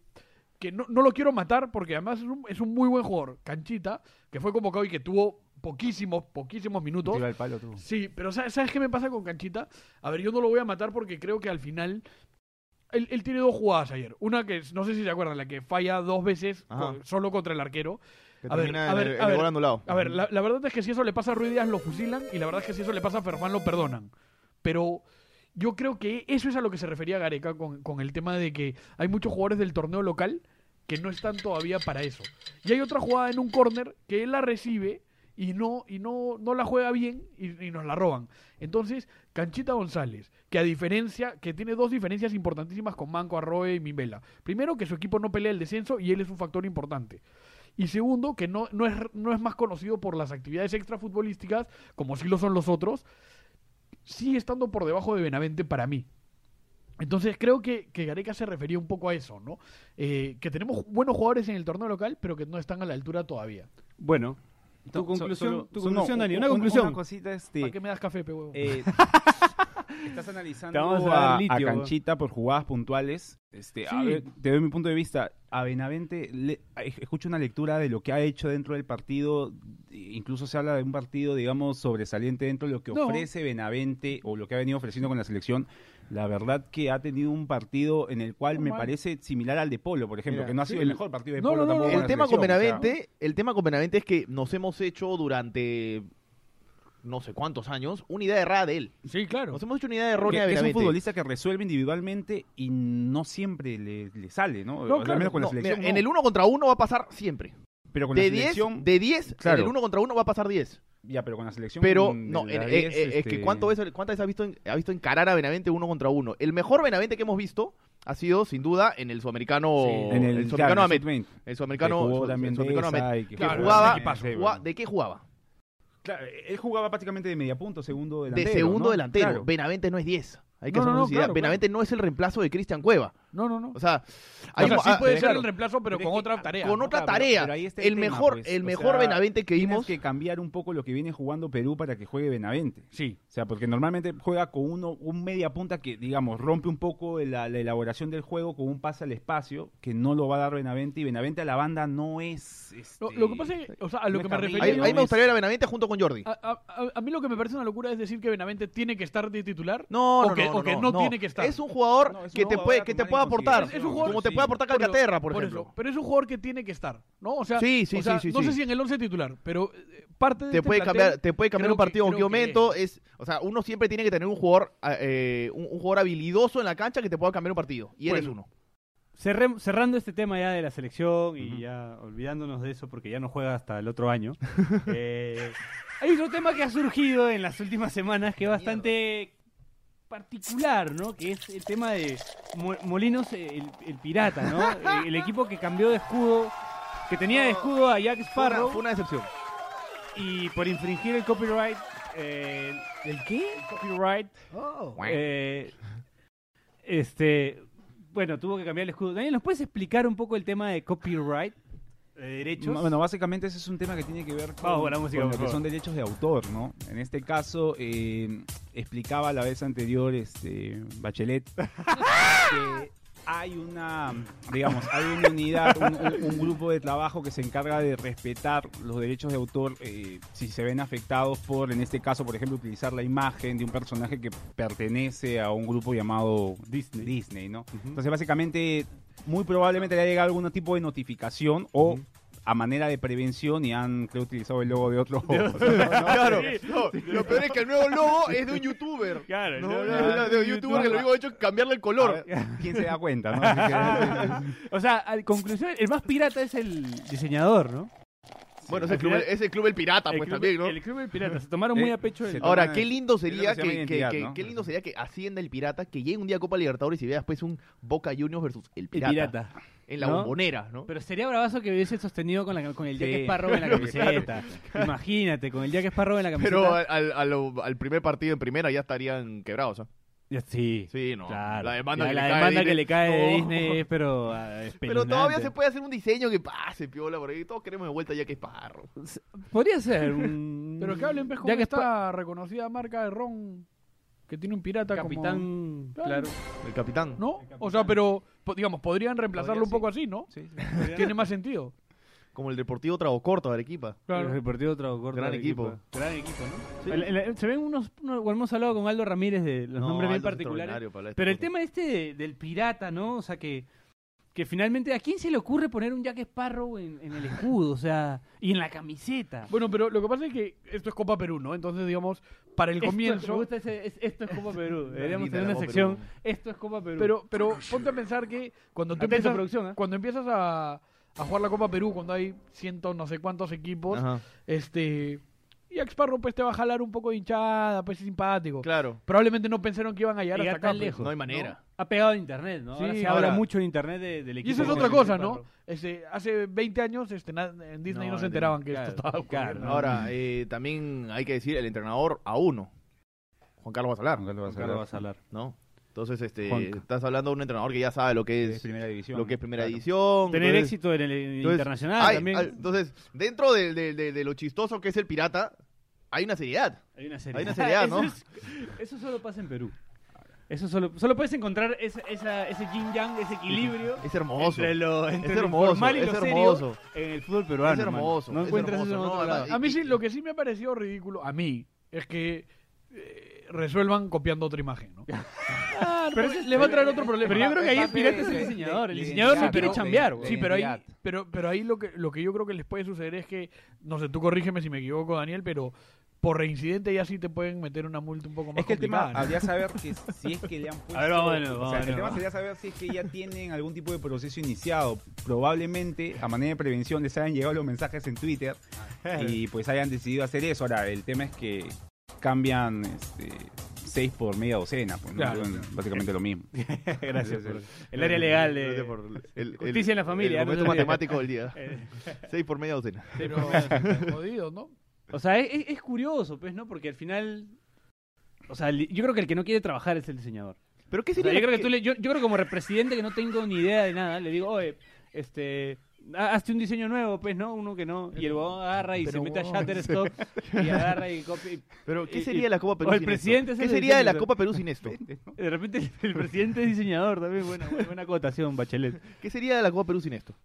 que no, no lo quiero matar porque además es un, es un muy buen jugador, Canchita, que fue convocado y que tuvo poquísimos, poquísimos minutos. Tira el palo, tú. Sí, pero ¿sabes, sabes qué me pasa con Canchita? A ver, yo no lo voy a matar porque creo que al final. Él, él tiene dos jugadas ayer. Una que es- no sé si se acuerdan, la que falla dos veces Ajá. con- solo contra el arquero. Que a ver, termina a en ver, el- en a el ver, gol anulado. a ver, la, la verdad es que si eso le pasa a Ruiz Díaz lo fusilan y la verdad es que si eso le pasa a Fermán lo perdonan. Pero yo creo que eso es a lo que se refería Gareca con, con el tema de que hay muchos jugadores del torneo local que no están todavía para eso. Y hay otra jugada en un córner que él la recibe y no, y no, no la juega bien y, y nos la roban. Entonces, Canchita González, que a diferencia, que tiene dos diferencias importantísimas con Manco, Arroe y Mimbela. Primero, que su equipo no pelea el descenso y él es un factor importante. Y segundo, que no, no, es, no es más conocido por las actividades extrafutbolísticas, como sí lo son los otros, sigue estando por debajo de Benavente para mí. Entonces creo que, que Gareca se refería un poco a eso, ¿no? Eh, que tenemos buenos jugadores en el torneo local, pero que no están a la altura todavía. Bueno, Tu So- conclusión- solo- tu solo- conclusión, no, Dani, u- una un- conclusión. una cosita, este- ¿Para qué me das café, pe huevo? Eh, estás analizando Te vamos a dar a, a litio, weón. Canchita por jugadas puntuales. Este, a Sí. ver, te doy mi punto de vista. A Benavente le- a- escucho una lectura de lo que ha hecho dentro del partido. e- Incluso se habla de un partido, digamos, sobresaliente dentro de lo que No. ofrece Benavente o lo que ha venido ofreciendo con la selección. La verdad que ha tenido un partido en el cual me Normal. parece similar al de Polo, por ejemplo, Mira, que no ha sí, sido el mejor partido de No, Polo no, no, tampoco no. El la tema con selección, o sea, Benavente, el tema con Benavente es que nos hemos hecho durante no sé cuántos años una idea errada de él. Sí, claro. Nos hemos hecho una idea errónea de que es un Benavente. futbolista que resuelve individualmente y no siempre le, le sale, ¿no? No, Al claro, menos con la no, mira, selección. En no. el uno contra uno va a pasar siempre. pero con de la 10, selección, de 10, Claro. en el uno contra uno va a pasar 10. Ya, pero con la selección. Pero mm, no, la en- eh, 10, eh, es este, que cuánto es, cuántas veces ha visto, en- ha visto encarar a Benavente uno contra uno. El mejor Benavente que hemos visto ha sido sin duda en el sudamericano, Sí, en el- el claro, sudamericano en el Ahmed, sub-20, el sudamericano, que jugó el también sudamericano Deza Ahmed, y que que clajugaba- jugaba, sí, equipazo, jugaba- bueno. ¿de qué jugaba? Claro, él jugaba prácticamente de media punto, segundo delantero. de segundo ¿no? delantero. Claro. Benavente no es 10. Hay que No, hacer no, no, publicidad. claro, Benavente no es el reemplazo de Cristian Cueva. No, no, no. O sea, O un- sea, sí ah, puede Eh, pero ser claro, el reemplazo, pero con otra tarea. con ¿no? otra Claro, pero- tarea. Pero ahí está el tema, mejor- pues. el O mejor sea, Benavente que tienes vimos- que cambiar un poco lo que viene jugando Perú para que juegue Benavente. Sí. O sea, porque normalmente juega con uno, un media punta que, digamos, rompe un poco la, la elaboración del juego con un pase al espacio que no lo va a dar Benavente. Y Benavente a la banda no es. este, Lo, lo que pasa es que, o sea, a lo no que es me Carrillo, refería. Ahí- yo ahí me es- gustaría ver a Benavente junto con Jordi. A, a- a mí lo que me parece una locura es decir que Benavente tiene que estar de titular. No, o no, que, no, o que no, no, no. tiene que estar. Es un jugador No, es un que te jugador puede, a que te tomar puede en aportar. consideración. Es un jugador- como te sí. puede aportar Por- Calcaterra, por, por ejemplo. eso. pero es un jugador que tiene que estar, ¿no? O sea, Sí, sí, o sea, sí, sí, no sí. sé si en el 11 titular, pero eh, parte de te este puede plantel, cambiar, te puede cambiar creo un partido que- en creo cualquier que- momento. Es, o sea, uno siempre ah, tiene que tener un jugador, eh, un, un jugador habilidoso en la cancha que te pueda cambiar un partido. Y eres Bueno, uno. cerrem- cerrando este tema ya de la selección y ya olvidándonos de eso porque ya no juega hasta el otro año. eh, hay otro tema que ha surgido en las últimas semanas que es bastante particular, ¿no? Que es el tema de Mo- Molinos, eh, el, el pirata, ¿no? Eh, el equipo que cambió de escudo, que tenía de escudo a Jack Sparrow. fue una decepción. Y por infringir el copyright. eh, ¿El qué? copyright. eh, este. Bueno, tuvo que cambiar el escudo. Daniel, ¿nos puedes explicar un poco el tema de copyright? De derechos. Ma- Bueno, básicamente ese es un tema que tiene que ver con, Vamos con la música, con por lo que favor. son derechos de autor, ¿no? En este caso, eh, explicaba la vez anterior este Bachelet que hay una, digamos, hay una unidad, un, un- un grupo de trabajo que se encarga de respetar los derechos de autor eh, si se ven afectados por, en este caso, por ejemplo, utilizar la imagen de un personaje que pertenece a un grupo llamado Disney, ¿no? Entonces, básicamente, muy probablemente le ha llegado algún tipo de notificación o a manera de prevención y han, creo, utilizado el logo de otro. Claro, no, lo peor es que el nuevo logo es de un youtuber. Claro, no, no, no, de un youtuber que lo único que ha hecho es cambiarle el color. ¿Quién se da cuenta? no? eh, o sea, a conclusión, el más pirata es el diseñador, ¿no? Bueno, es Sí. el, club, Al final- es el club El Pirata, El pues club- también, ¿no? el club El Pirata, se tomaron muy a pecho el- se Ahora, toman- qué lindo es lo que sería se que, llama que- identidad, que- ¿no? qué lindo sería que ascienda El Pirata, que llegue un día a Copa Libertadores y vea después un Boca Juniors versus El Pirata. En la ¿no? bombonera, ¿no? Pero sería bravazo que hubiese sostenido con, la, con el Jack Sí. Sparrow en la camiseta. Claro. Imagínate, con el Jack Sparrow en la camiseta. Pero eh, al, al- a lo- al primer partido en primera ya estarían quebrados, ¿ah? Sí. Sí, no. Claro. La demanda, Ya, que, la le cae demanda de que le cae de No. Disney es, pero. ah, Pero todavía espeluznante. se puede hacer un diseño que pase, piola, por ahí. Todos queremos de vuelta ya que es parro. Podría ser un. Pero que hablen, pues, con Jack esta Spa- reconocida marca de ron que tiene un pirata Capitán, como... claro. El capitán. ¿No? O sea, pero, po- digamos, podrían reemplazarlo un poco así, ¿no? Tiene más sentido. Como el Deportivo Trago Corto de Arequipa. Claro. El Deportivo Trago Corto Gran de equipo. Arequipa. Gran equipo, ¿no? Sí. El- el- se ven unos, unos- bueno, Hemos hablado con Aldo Ramírez de los No, nombres bien Aldo es particulares. extraordinario para hablar de Pero el estas tema este de- del pirata, ¿no? O sea, que, que finalmente, ¿a quién se le ocurre poner un Jack Sparrow en, en el escudo? O sea, y en la camiseta. Bueno, pero lo que pasa es que esto es Copa Perú, ¿no? Entonces, digamos, para el Esto es- este comienzo... me gusta ese- es- esto es Copa Perú. Deberíamos Linda tener la una Copa sección. Perú. Esto es Copa Perú. Pero, pero ponte a pensar que cuando tú Atento, empiezas, producción, ¿eh? cuando empiezas a, a jugar la Copa Perú, cuando hay ciento no sé cuántos equipos, Ajá. este y Exparro pues te va a jalar un poco de hinchada, pues es simpático. Claro. Probablemente no pensaron que iban a llegar Llegar hasta acá. tan pues. lejos, No hay manera. Ha pegado en internet, ¿no? Sí, Ahora se ahora- habla mucho en internet de- del Y equipo. eso es de otra Jack cosa, ¿no? Sparrow. Este, hace 20 años este, na- en Disney no, No, se no enteraban que claro, esto estaba ocurriendo. claro. Ahora, eh, también hay que decir el entrenador a uno. Juan Carlos Basalar. Juan Carlos Basalar. Carlos Basalar. ¿No? Entonces, este, Juanca. estás hablando de un entrenador que ya sabe lo que es, Es primera división, Lo que es primera claro. división. Tener entonces- éxito en el entonces, internacional hay- también. hay- entonces, dentro de, de- de- de lo chistoso que es el pirata, hay una seriedad. Hay una seriedad. Hay una seriedad, ¿no? Eso, es- eso solo pasa en Perú. Eso solo, solo puedes encontrar esa- esa- ese yin yang, ese equilibrio. Es hermoso. Entre lo, entre es lo hermoso. informal y Es lo serio hermoso. en el fútbol peruano. Es hermoso, mano. No es encuentras hermoso, eso en no, otro además- lado. A mí sí, lo que sí me ha parecido ridículo, a mí, es que eh, resuelvan copiando otra imagen, ¿no? Pero pero ese- les va a traer otro problema. eh, pero yo creo Pues que ahí el Es parte pirata es de- el de- diseñador. El de diseñador no identidad, quiere pero- chambear, güey. Sí, pero ahí, Identidad. pero, pero ahí lo, que, lo que yo creo que les puede suceder es que, no sé, tú corrígeme si me equivoco, Daniel, pero por reincidente ya sí te pueden meter una multa un poco más Es que el tema complicada, ¿no? habría saber que si es que le han puesto. A ver, vamos de nuevo, o sea, vamos de el nuevo. tema sería saber si es que ya tienen algún tipo de proceso iniciado. Probablemente, a manera de prevención, les hayan llegado los mensajes en Twitter y pues hayan decidido hacer eso. Ahora, el tema es que cambian este, seis por media docena, pues, ¿no? Claro. Son básicamente lo mismo. Gracias por- el área legal de- Gracias por el- Justicia en la familia, El no se momento olvide. matemático del día. Eh. Seis por media docena. Pero ah, jodido, ¿no? O sea, es, es- es curioso, pues, ¿no? Porque al final. O sea, el- yo creo que el que no quiere trabajar es el diseñador. Pero ¿qué O sea, sería? yo, creo que que- tú le- yo, yo creo que como represidente que no tengo ni idea de nada, le digo, oye, este. ha- Hazte un diseño nuevo, pues, ¿no? Uno que no. Y el huevón agarra y se Pero, mete a huevón, Shutterstock y agarra y copia. y- Pero, ¿qué y- sería y- la Copa Perú o el sin presidente esto? es ¿Qué el sería de la diseñador. Copa Perú sin esto? De repente el, el presidente es diseñador también. Buena, buena, buena acotación, Bachelet. ¿Qué sería de la Copa Perú sin esto?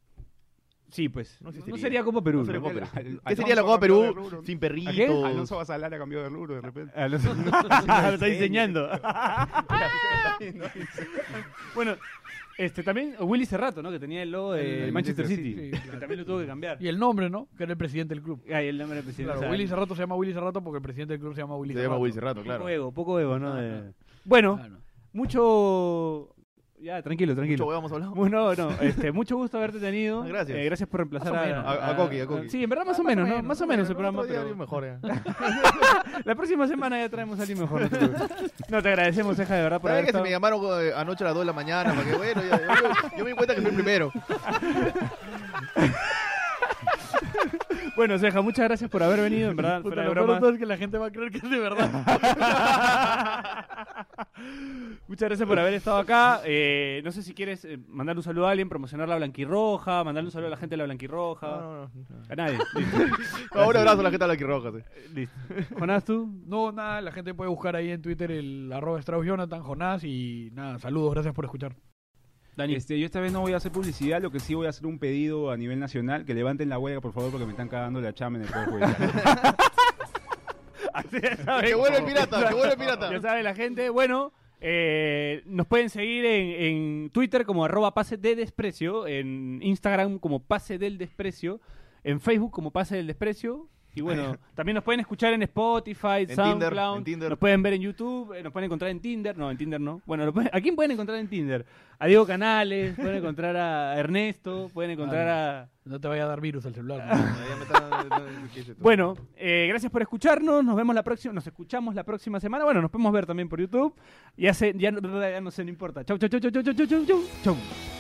Sí, pues. No, existiría. sería Copa Perú. No sería ¿no? Copa Perú. Al- ¿Qué sería la Alonso Copa cambió de Perú rubro. sin ¿A qué? perritos? Alonso Basalar ha cambiado de rubro de repente. Ah, lo ah, lo está diseñando. bueno, este también Willy Cerrato, ¿no? Que tenía el logo de El Manchester Manchester City. City. Sí, Que también lo tuvo que cambiar. Y el nombre, ¿no? Que era el presidente del club. Ay, el nombre del presidente. Claro, o sea, Willy Cerrato se llama Willy Cerrato porque el presidente del club se llama Willy Se Cerrato. llama Willy Cerrato, Poco claro. ego, poco ego, ¿no? De- Bueno, mucho Ya, tranquilo, tranquilo. Mucho huevón hemos hablado. Bueno, no, este, mucho gusto haberte tenido. Gracias. Eh, gracias por reemplazar Más o menos. A- a Coqui, a Coqui. Sí, en verdad más, Ah, o menos, ¿no? Más o menos el programa. Otro día pero- alguien mejor, ya. La próxima semana ya traemos a alguien mejor. No te, preocupes. No, te agradecemos, Ceja, de verdad, por ¿Saben haber que se estado. me llamaron eh, anoche a las 2 de la mañana? Porque bueno, ya- yo, yo- yo me di cuenta que fui el primero. Bueno, Ceja, muchas gracias por haber venido, en verdad. Puta, fuera de lo peor de broma. todo es que la gente va a creer que es de verdad. Muchas gracias por haber estado acá. Eh, no sé si quieres eh, mandar un saludo a alguien, promocionar la Blanquirroja, mandarle un saludo a la gente de la Blanquirroja. A nadie. Listo. No, un abrazo a la gente de la Quirroja. sí. Listo. Jonás, tú. No, nada, la gente puede buscar ahí en Twitter el arroba Strauss Jonathan Jonás y nada, saludos, gracias por escuchar. Este, yo esta vez no voy a hacer publicidad, lo que sí voy a hacer un pedido a nivel nacional, que levanten la huelga, por favor, porque me están cagando la chama en el poder judicial. saben. Que vuelve el pirata, que vuelve el pirata. Ya sabe la gente. Bueno, eh, nos pueden seguir en, en Twitter como arroba pase de desprecio, en Instagram como pase del desprecio, en Facebook como pase del desprecio. Y bueno, también nos pueden escuchar en Spotify, Tinder, SoundCloud, en Tinder. nos pueden ver en YouTube, eh, nos pueden encontrar en Tinder, no, en Tinder no. Bueno, lo pueden- ¿a quién pueden encontrar en Tinder? A Diego Canales, pueden encontrar a Ernesto, pueden encontrar a... No te vaya a dar virus el celular. Bueno, eh, gracias por escucharnos. Nos vemos la próxima, nos escuchamos la próxima semana. Bueno, nos podemos ver también por YouTube. Ya, sé, ya, no- ya no sé, no importa. Chau, chau, chau, chau, chau, chau, chau, chau, chau.